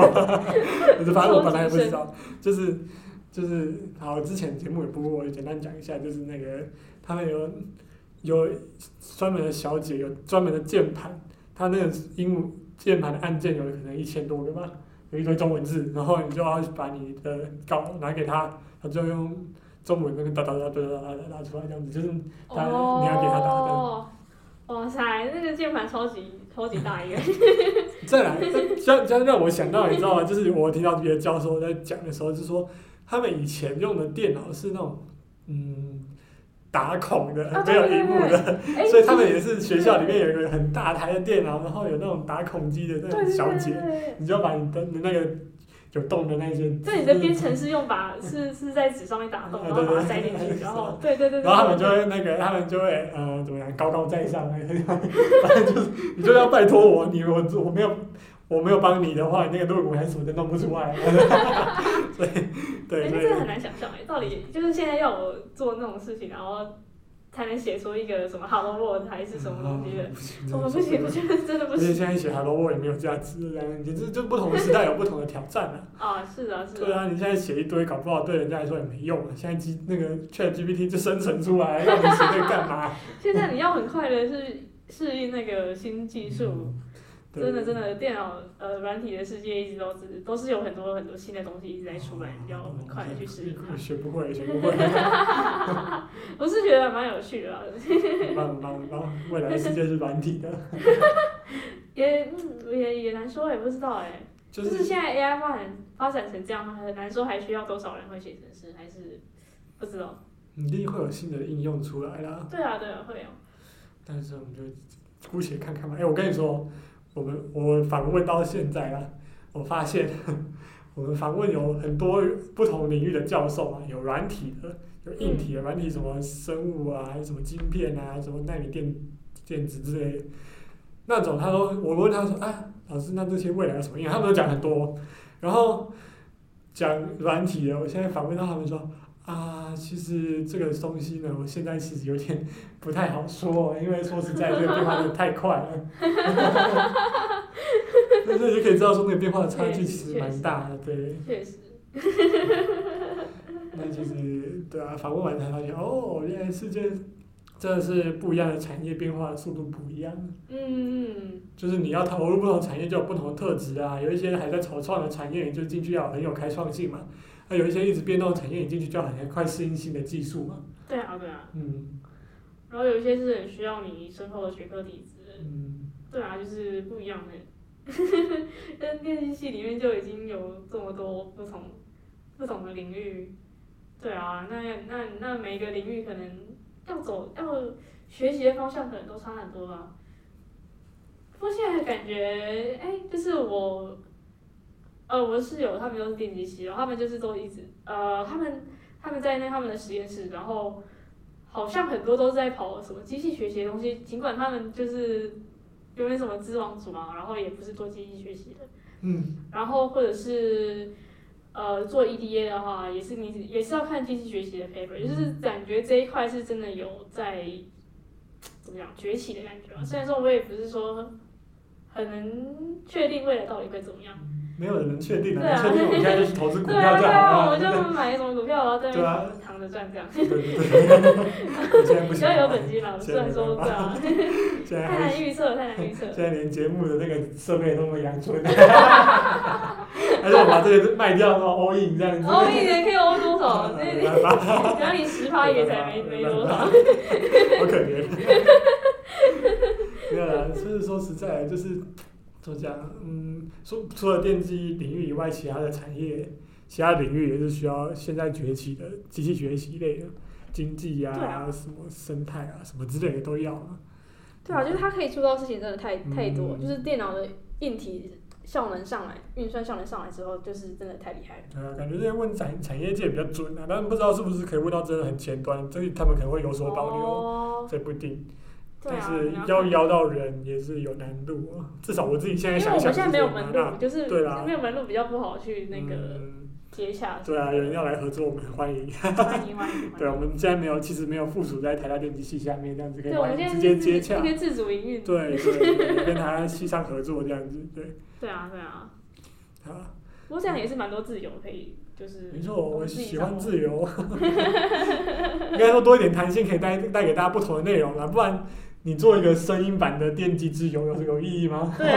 S1: 就是反正我本来也不知道，就是就是好，之前节目也播过，我简单讲一下，就是那个他们有有专门的小姐，有专门的键盘，它那个英文键盘的按键有可能一千多个吧，有一堆中文字，然后你就要把你的稿拿给他，他就用中文那个哒哒哒哒哒哒打出来，这样子就是他你要给他打灯
S2: 哦，哇塞，那个键盘超级超级大 一个。
S1: 再来，这这让我想到，你知道吗？就是我听到别的教授在讲的时候，就说他们以前用的电脑是那种嗯打孔的，
S2: 啊
S1: 没
S2: 对
S1: 有荧幕的，
S2: 哎，
S1: 所以他们也是学校里面有一个很大台的电脑，然后有那种打孔机的那
S2: 对
S1: 种
S2: 对
S1: 小
S2: 对
S1: 姐，
S2: 对。
S1: 你就要把你的你那个有洞的那些，
S2: 这你的编程是用把是是在纸上面打
S1: 啊
S2: 洞，然后把它塞进去，然后对对对，对
S1: 然后他们就会那个，他们就会呃怎么样，高高在上，啊 反正就是你就要拜托我，你我我没有我没有帮你的话，你那个肋骨还是什么都弄不出来。啊 所以对对
S2: 哎，那
S1: 对
S2: 真的很难想象哎，到底就是现在要我做那种事情，然后才能写出一个什么 Hello World 还是什么东西的，我
S1: 哦
S2: 不行，我觉得 真的不
S1: 而且
S2: 行
S1: 现在写 Hello World 也没有价值了，你这就不同的时代有不同的挑战 啊。
S2: 啊！是的，是
S1: 对
S2: 的，
S1: 啊，你现在写一堆，搞不好对人家来说也没用啊。现在 G 那个 Chat GPT 就生成出来，让你写这个干嘛？
S2: 现在你要很快的是适应那个新 技术，
S1: 嗯对
S2: 真的真的，电脑呃软体的世界一直都是都是有很多很多新的东西一直在出来，你要很快的去适应 它。
S1: 学不会，学不会。
S2: 我是觉得蛮有趣的啊，
S1: 很棒很棒很棒！未来的世界是软体的，
S2: 也嗯也也难说，也不知道哎、
S1: 就
S2: 就是
S1: 是
S2: 现在 AI 发展发展成这样，很难说还需要多少人会写程式，还是不知道。
S1: 一定会有新的应用出来啦。
S2: 对啊，对啊，会有。
S1: 但是我们就姑且看看吧。哎、我跟你说，我们我访问到现在啊，我发现我们访问有很多不同领域的教授啊，有软体的，有硬体的，软体什么生物啊，什么晶片啊，什么纳米电电子之类的，那种他都我问他说啊，老师，那这些未来有什么应用？他们都讲很多，然后讲软体的，我现在访问到他们说啊，其实这个东西呢，我现在其实有点不太好说，因为说实在，这个变化真的太快了。 但是也可以知道说，那个变化的差距其实蛮大的，对。
S2: 确实，
S1: 那就是对啊，访问完才发现，哦，原来世界真的是不一样的产业变化的速度不一样。
S2: 嗯
S1: 就是你要投入不同产业，就有不同的特质啊。有一些还在草创的产业，你就进去要很有开创性嘛；那有一些一直变动的产业，你进去就要很快适应新的技术嘛。
S2: 嗯，对啊对啊，
S1: 嗯
S2: 然后有一些是很需要你深厚的学科底子，
S1: 嗯，
S2: 对啊，就是不一样的。 但电机系里面就已经有这么多不同不同的领域，对啊，那那那每一个领域可能要走要学习的方向可能都差很多吧。不过现在感觉，哎、就是我，呃，我的室友他们都是电机系，然后他们就是都一直，呃，他们他们在那他们的实验室，然后好像很多都是在跑什么机器学习的东西，尽管他们就是有点什么知网组啊嘛，然后也不是做机器学习的，
S1: 嗯，
S2: 然后或者是呃做 EDA 的话，也是你也是要看机器学习的 paper，就是
S1: 嗯
S2: 感觉这一块是真的有在怎么讲崛起的感觉吧。虽然说我也不是说很能确定未来到底会怎么样，
S1: 没有人能确定的，
S2: 对啊
S1: 能确定我们现在就去投资股
S2: 对
S1: 票
S2: 啊
S1: 就
S2: 对啊，
S1: 好
S2: 我
S1: 了。
S2: 就买什么股票，然后在
S1: 对
S2: 那
S1: 啊
S2: 边躺着赚这样，
S1: 对对 对，我现在不
S2: 比
S1: 行
S2: 较有
S1: 啊，
S2: 本金嘛。虽
S1: 现在
S2: 然
S1: 没
S2: 说
S1: 办
S2: 对啊，
S1: 现在
S2: 太
S1: 还
S2: 难预测，太难预测。
S1: 现在连节目的那个设备都没养出来， 还是我把这个卖掉，然后 all in 这样子。
S2: 欧一哦年可以欧 多少？那
S1: 没办法，
S2: 然后你十趴也才没没多少。
S1: 好可怜。没有啦，就是说实在的，就是怎么讲，嗯，除除了电机领域以外，其他的产业、其他领域也是需要现在崛起的机器学习类的经济呀、
S2: 对啊
S1: 什么生态啊、什么之类的都要啊。
S3: 对
S2: 嗯
S3: 啊，就是它可以做到事情真的太太多，
S1: 嗯
S3: 就是电脑的硬体效能上来，运算效能上来之后，就是真的太厉害了。
S1: 对啊，感觉这些问产产业界比较准啊，但不知道是不是可以问到真的很前端，这他们可能会有所保留，
S2: 哦，
S1: 这不定。
S2: 对
S1: 但
S2: 啊，
S1: 是
S2: 你
S1: 要
S2: 看
S1: 邀到人也是有难度啊，至少我自己现在
S2: 因为
S1: 想
S2: 我
S1: 想
S2: 们现
S1: 是
S2: 在没
S1: 这
S2: 有
S1: 样啊
S2: 门路，就是
S1: 对啦
S2: 没有门路比较不好去那个
S1: 嗯
S2: 接洽。
S1: 对啊，有 人 要来合作，我们很欢迎。
S2: 欢迎欢迎。
S1: 对啊，我们现在没有，其实没有附属在台大电机系下面，这样子可以
S2: 对，我
S1: 欢
S2: 们
S1: 迎直
S2: 现在
S1: 接
S2: 是
S1: 接洽
S2: 一。个自主营运。
S1: 对对，对跟台大系上合作这样子，对
S2: 对啊对啊，
S1: 啊，
S2: 不过这样也是蛮多自由可以，就是
S1: 没错，我
S2: 自己哦
S1: 喜
S2: 掌
S1: 欢
S2: 握
S1: 自 由，应该说多一点弹性，可以带带给大家不同的内容啦，不然。你做一个声音版的电机之友有有意义吗？
S2: 对，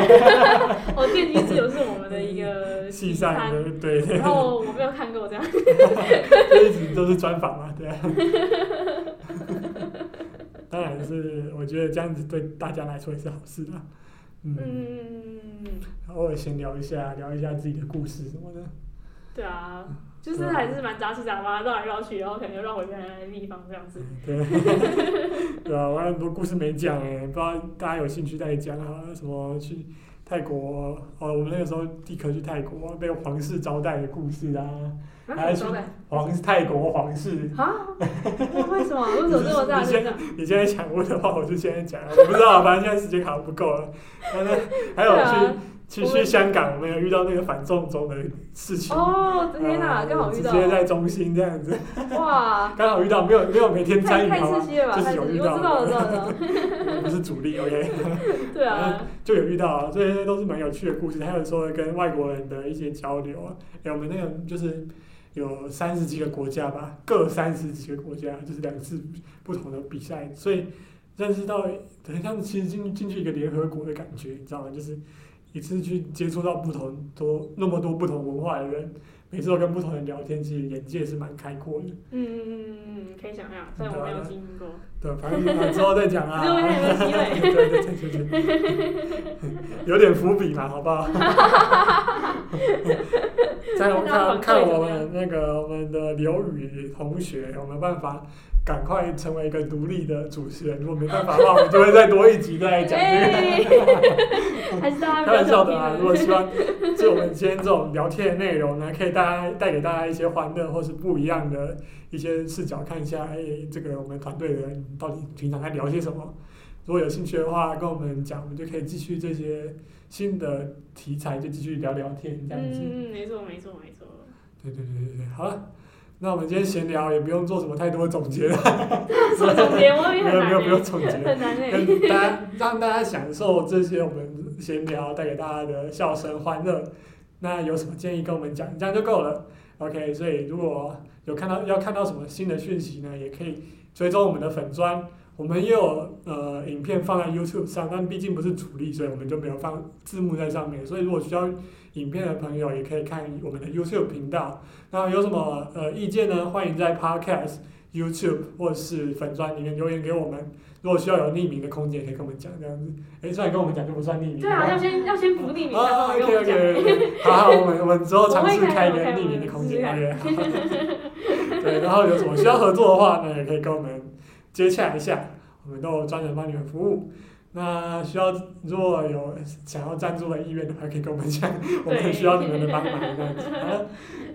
S2: 哦，电机自由是我们的 一个
S1: 系
S2: 期
S1: 上
S2: 刊，
S1: 的对，对
S2: 呃然后我没有看过这样。
S1: 就一直都是专访嘛，对啊。 当然是，我觉得这样子对大家来说也是好事啊。嗯，
S2: 嗯，
S1: 偶尔闲聊一下，聊一下自己的故事什么的。
S2: 对啊，就是还是蛮杂七杂八，绕来绕去，然后可能又绕回原来的地方这样 子。
S1: 对，对啊，我还有很多故事没讲哎、不知道大家有兴趣再讲啊。什么去泰国哦，我们那个时候地科去泰国被皇室招待的故事啊，
S2: 那
S1: 还
S2: 很
S1: 是
S2: 多嘞。
S1: 皇泰国皇室。
S3: 啊？ 为什么？为什么这么大
S1: 你
S3: 阵
S1: 先
S3: 仗？
S1: 你现在想问的话，我就现在讲啊，我不知道， 反正现在时间好像不够了。但是还有
S2: 对
S1: 去、
S2: 啊，
S1: 去去香港，我们有遇到那个反送中的事情。
S3: 哦，天哪，
S1: 呃
S3: 刚好遇到
S1: 直，接在中心这样子，
S3: 哇，
S1: 刚好遇到，没有没有每天参
S3: 太
S1: 与，
S3: 太
S1: 好吧？
S3: 刺激了吧？
S1: 就是
S3: 太
S1: 有
S3: 刺激，
S1: 遇
S3: 我
S1: 到
S3: 知道了，知道了知道了，
S1: 不是主力，OK，
S2: 对啊，
S1: 就有遇到啊，这些都是蛮有趣的故事。还有说跟外国人的一些交流啊，哎、我们那个就是有三十几个国家吧，各三十几个国家，就是两次不同的比赛，所以认识到很像其实进进去一个联合国的感觉，你知道吗？就是一次去接触到不同多那么多不同文化的人，每次都跟不同人聊天，其实眼界是蛮开阔的。
S2: 嗯嗯嗯嗯，可以想象，虽然我没有经历过，
S1: 啊 对，反正 啊之后再讲啊。
S2: 只是我看有没有机会
S1: 对对对对对，有点伏笔嘛，好不好？再我看看我们那个我们的刘宇同学有没有办法赶快成为一个独立的主持人，如果没办法的话，我们就会再多一集再来讲这个。
S2: 哎还是大家
S1: 开
S2: 比较
S1: 玩笑
S2: 想
S1: 的
S2: 听
S1: 啊！
S2: 的
S1: 如果希望就我们今天这种聊天的内容呢，可以大家带给大家一些欢乐或是不一样的一些视角，看一下，哎，这个我们团队的人到底平常在聊些什么。如果有兴趣的话，跟我们讲，我们就可以继续这些新的题材，就继续聊聊天这样子。
S2: 嗯嗯，没错没错没错，
S1: 对对对对对，好了，那我们今天闲聊也不用做什么太多总结了，
S2: 什么总结我
S1: 没
S2: 也
S1: 有
S2: 很难
S1: 没有不用
S2: 欸，
S1: 总结了，
S2: 很难欸。
S1: 跟大家让大家享受这些我们闲聊带给大家的笑声欢乐。那有什么建议跟我们讲，这样就够了。OK，所以如果有看到要看到什么新的讯息呢，也可以追踪我们的粉砖。我们也有呃影片放在 YouTube 上，但毕竟不是主力，所以我们就没有放字幕在上面。所以如果需要影片的朋友，也可以看我们的 YouTube 频道。那有什么呃意见呢？欢迎在 Podcast、YouTube 或是粉砖里面留言给我们。如果需要有匿名的空间，也可以跟我们讲这样子。哎、虽然跟我们讲就不算匿名。
S2: 对啊，要先要先不匿名，
S1: 啊
S2: 然后
S1: 啊
S2: 跟
S1: ，OK
S2: 我
S1: OK，,
S2: 讲。
S1: OK，好好，我们我们之后尝试开一个
S2: 我会开
S1: 匿名的空间
S2: 我
S1: ，OK 好。对，然后有什么需要合作的话呢，也可以跟我们接洽一下，我们都有专人帮你们服务。那需要如果有想要赞助的意愿的话，可以跟我们讲，我们需要你们的帮忙这样子。好了，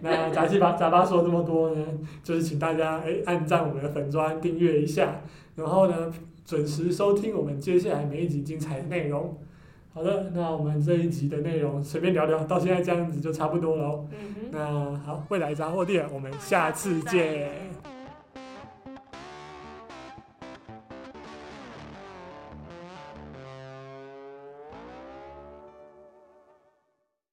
S1: 那杂七八杂八说这么多呢，就是请大家哎按赞我们的粉砖，订阅一下，然后呢准时收听我们接下来每一集精彩的内容。好的，那我们这一集的内容随便聊聊，到现在这样子就差不多了哦。
S2: 嗯哼。
S1: 那好，未来杂货店，我们下次见。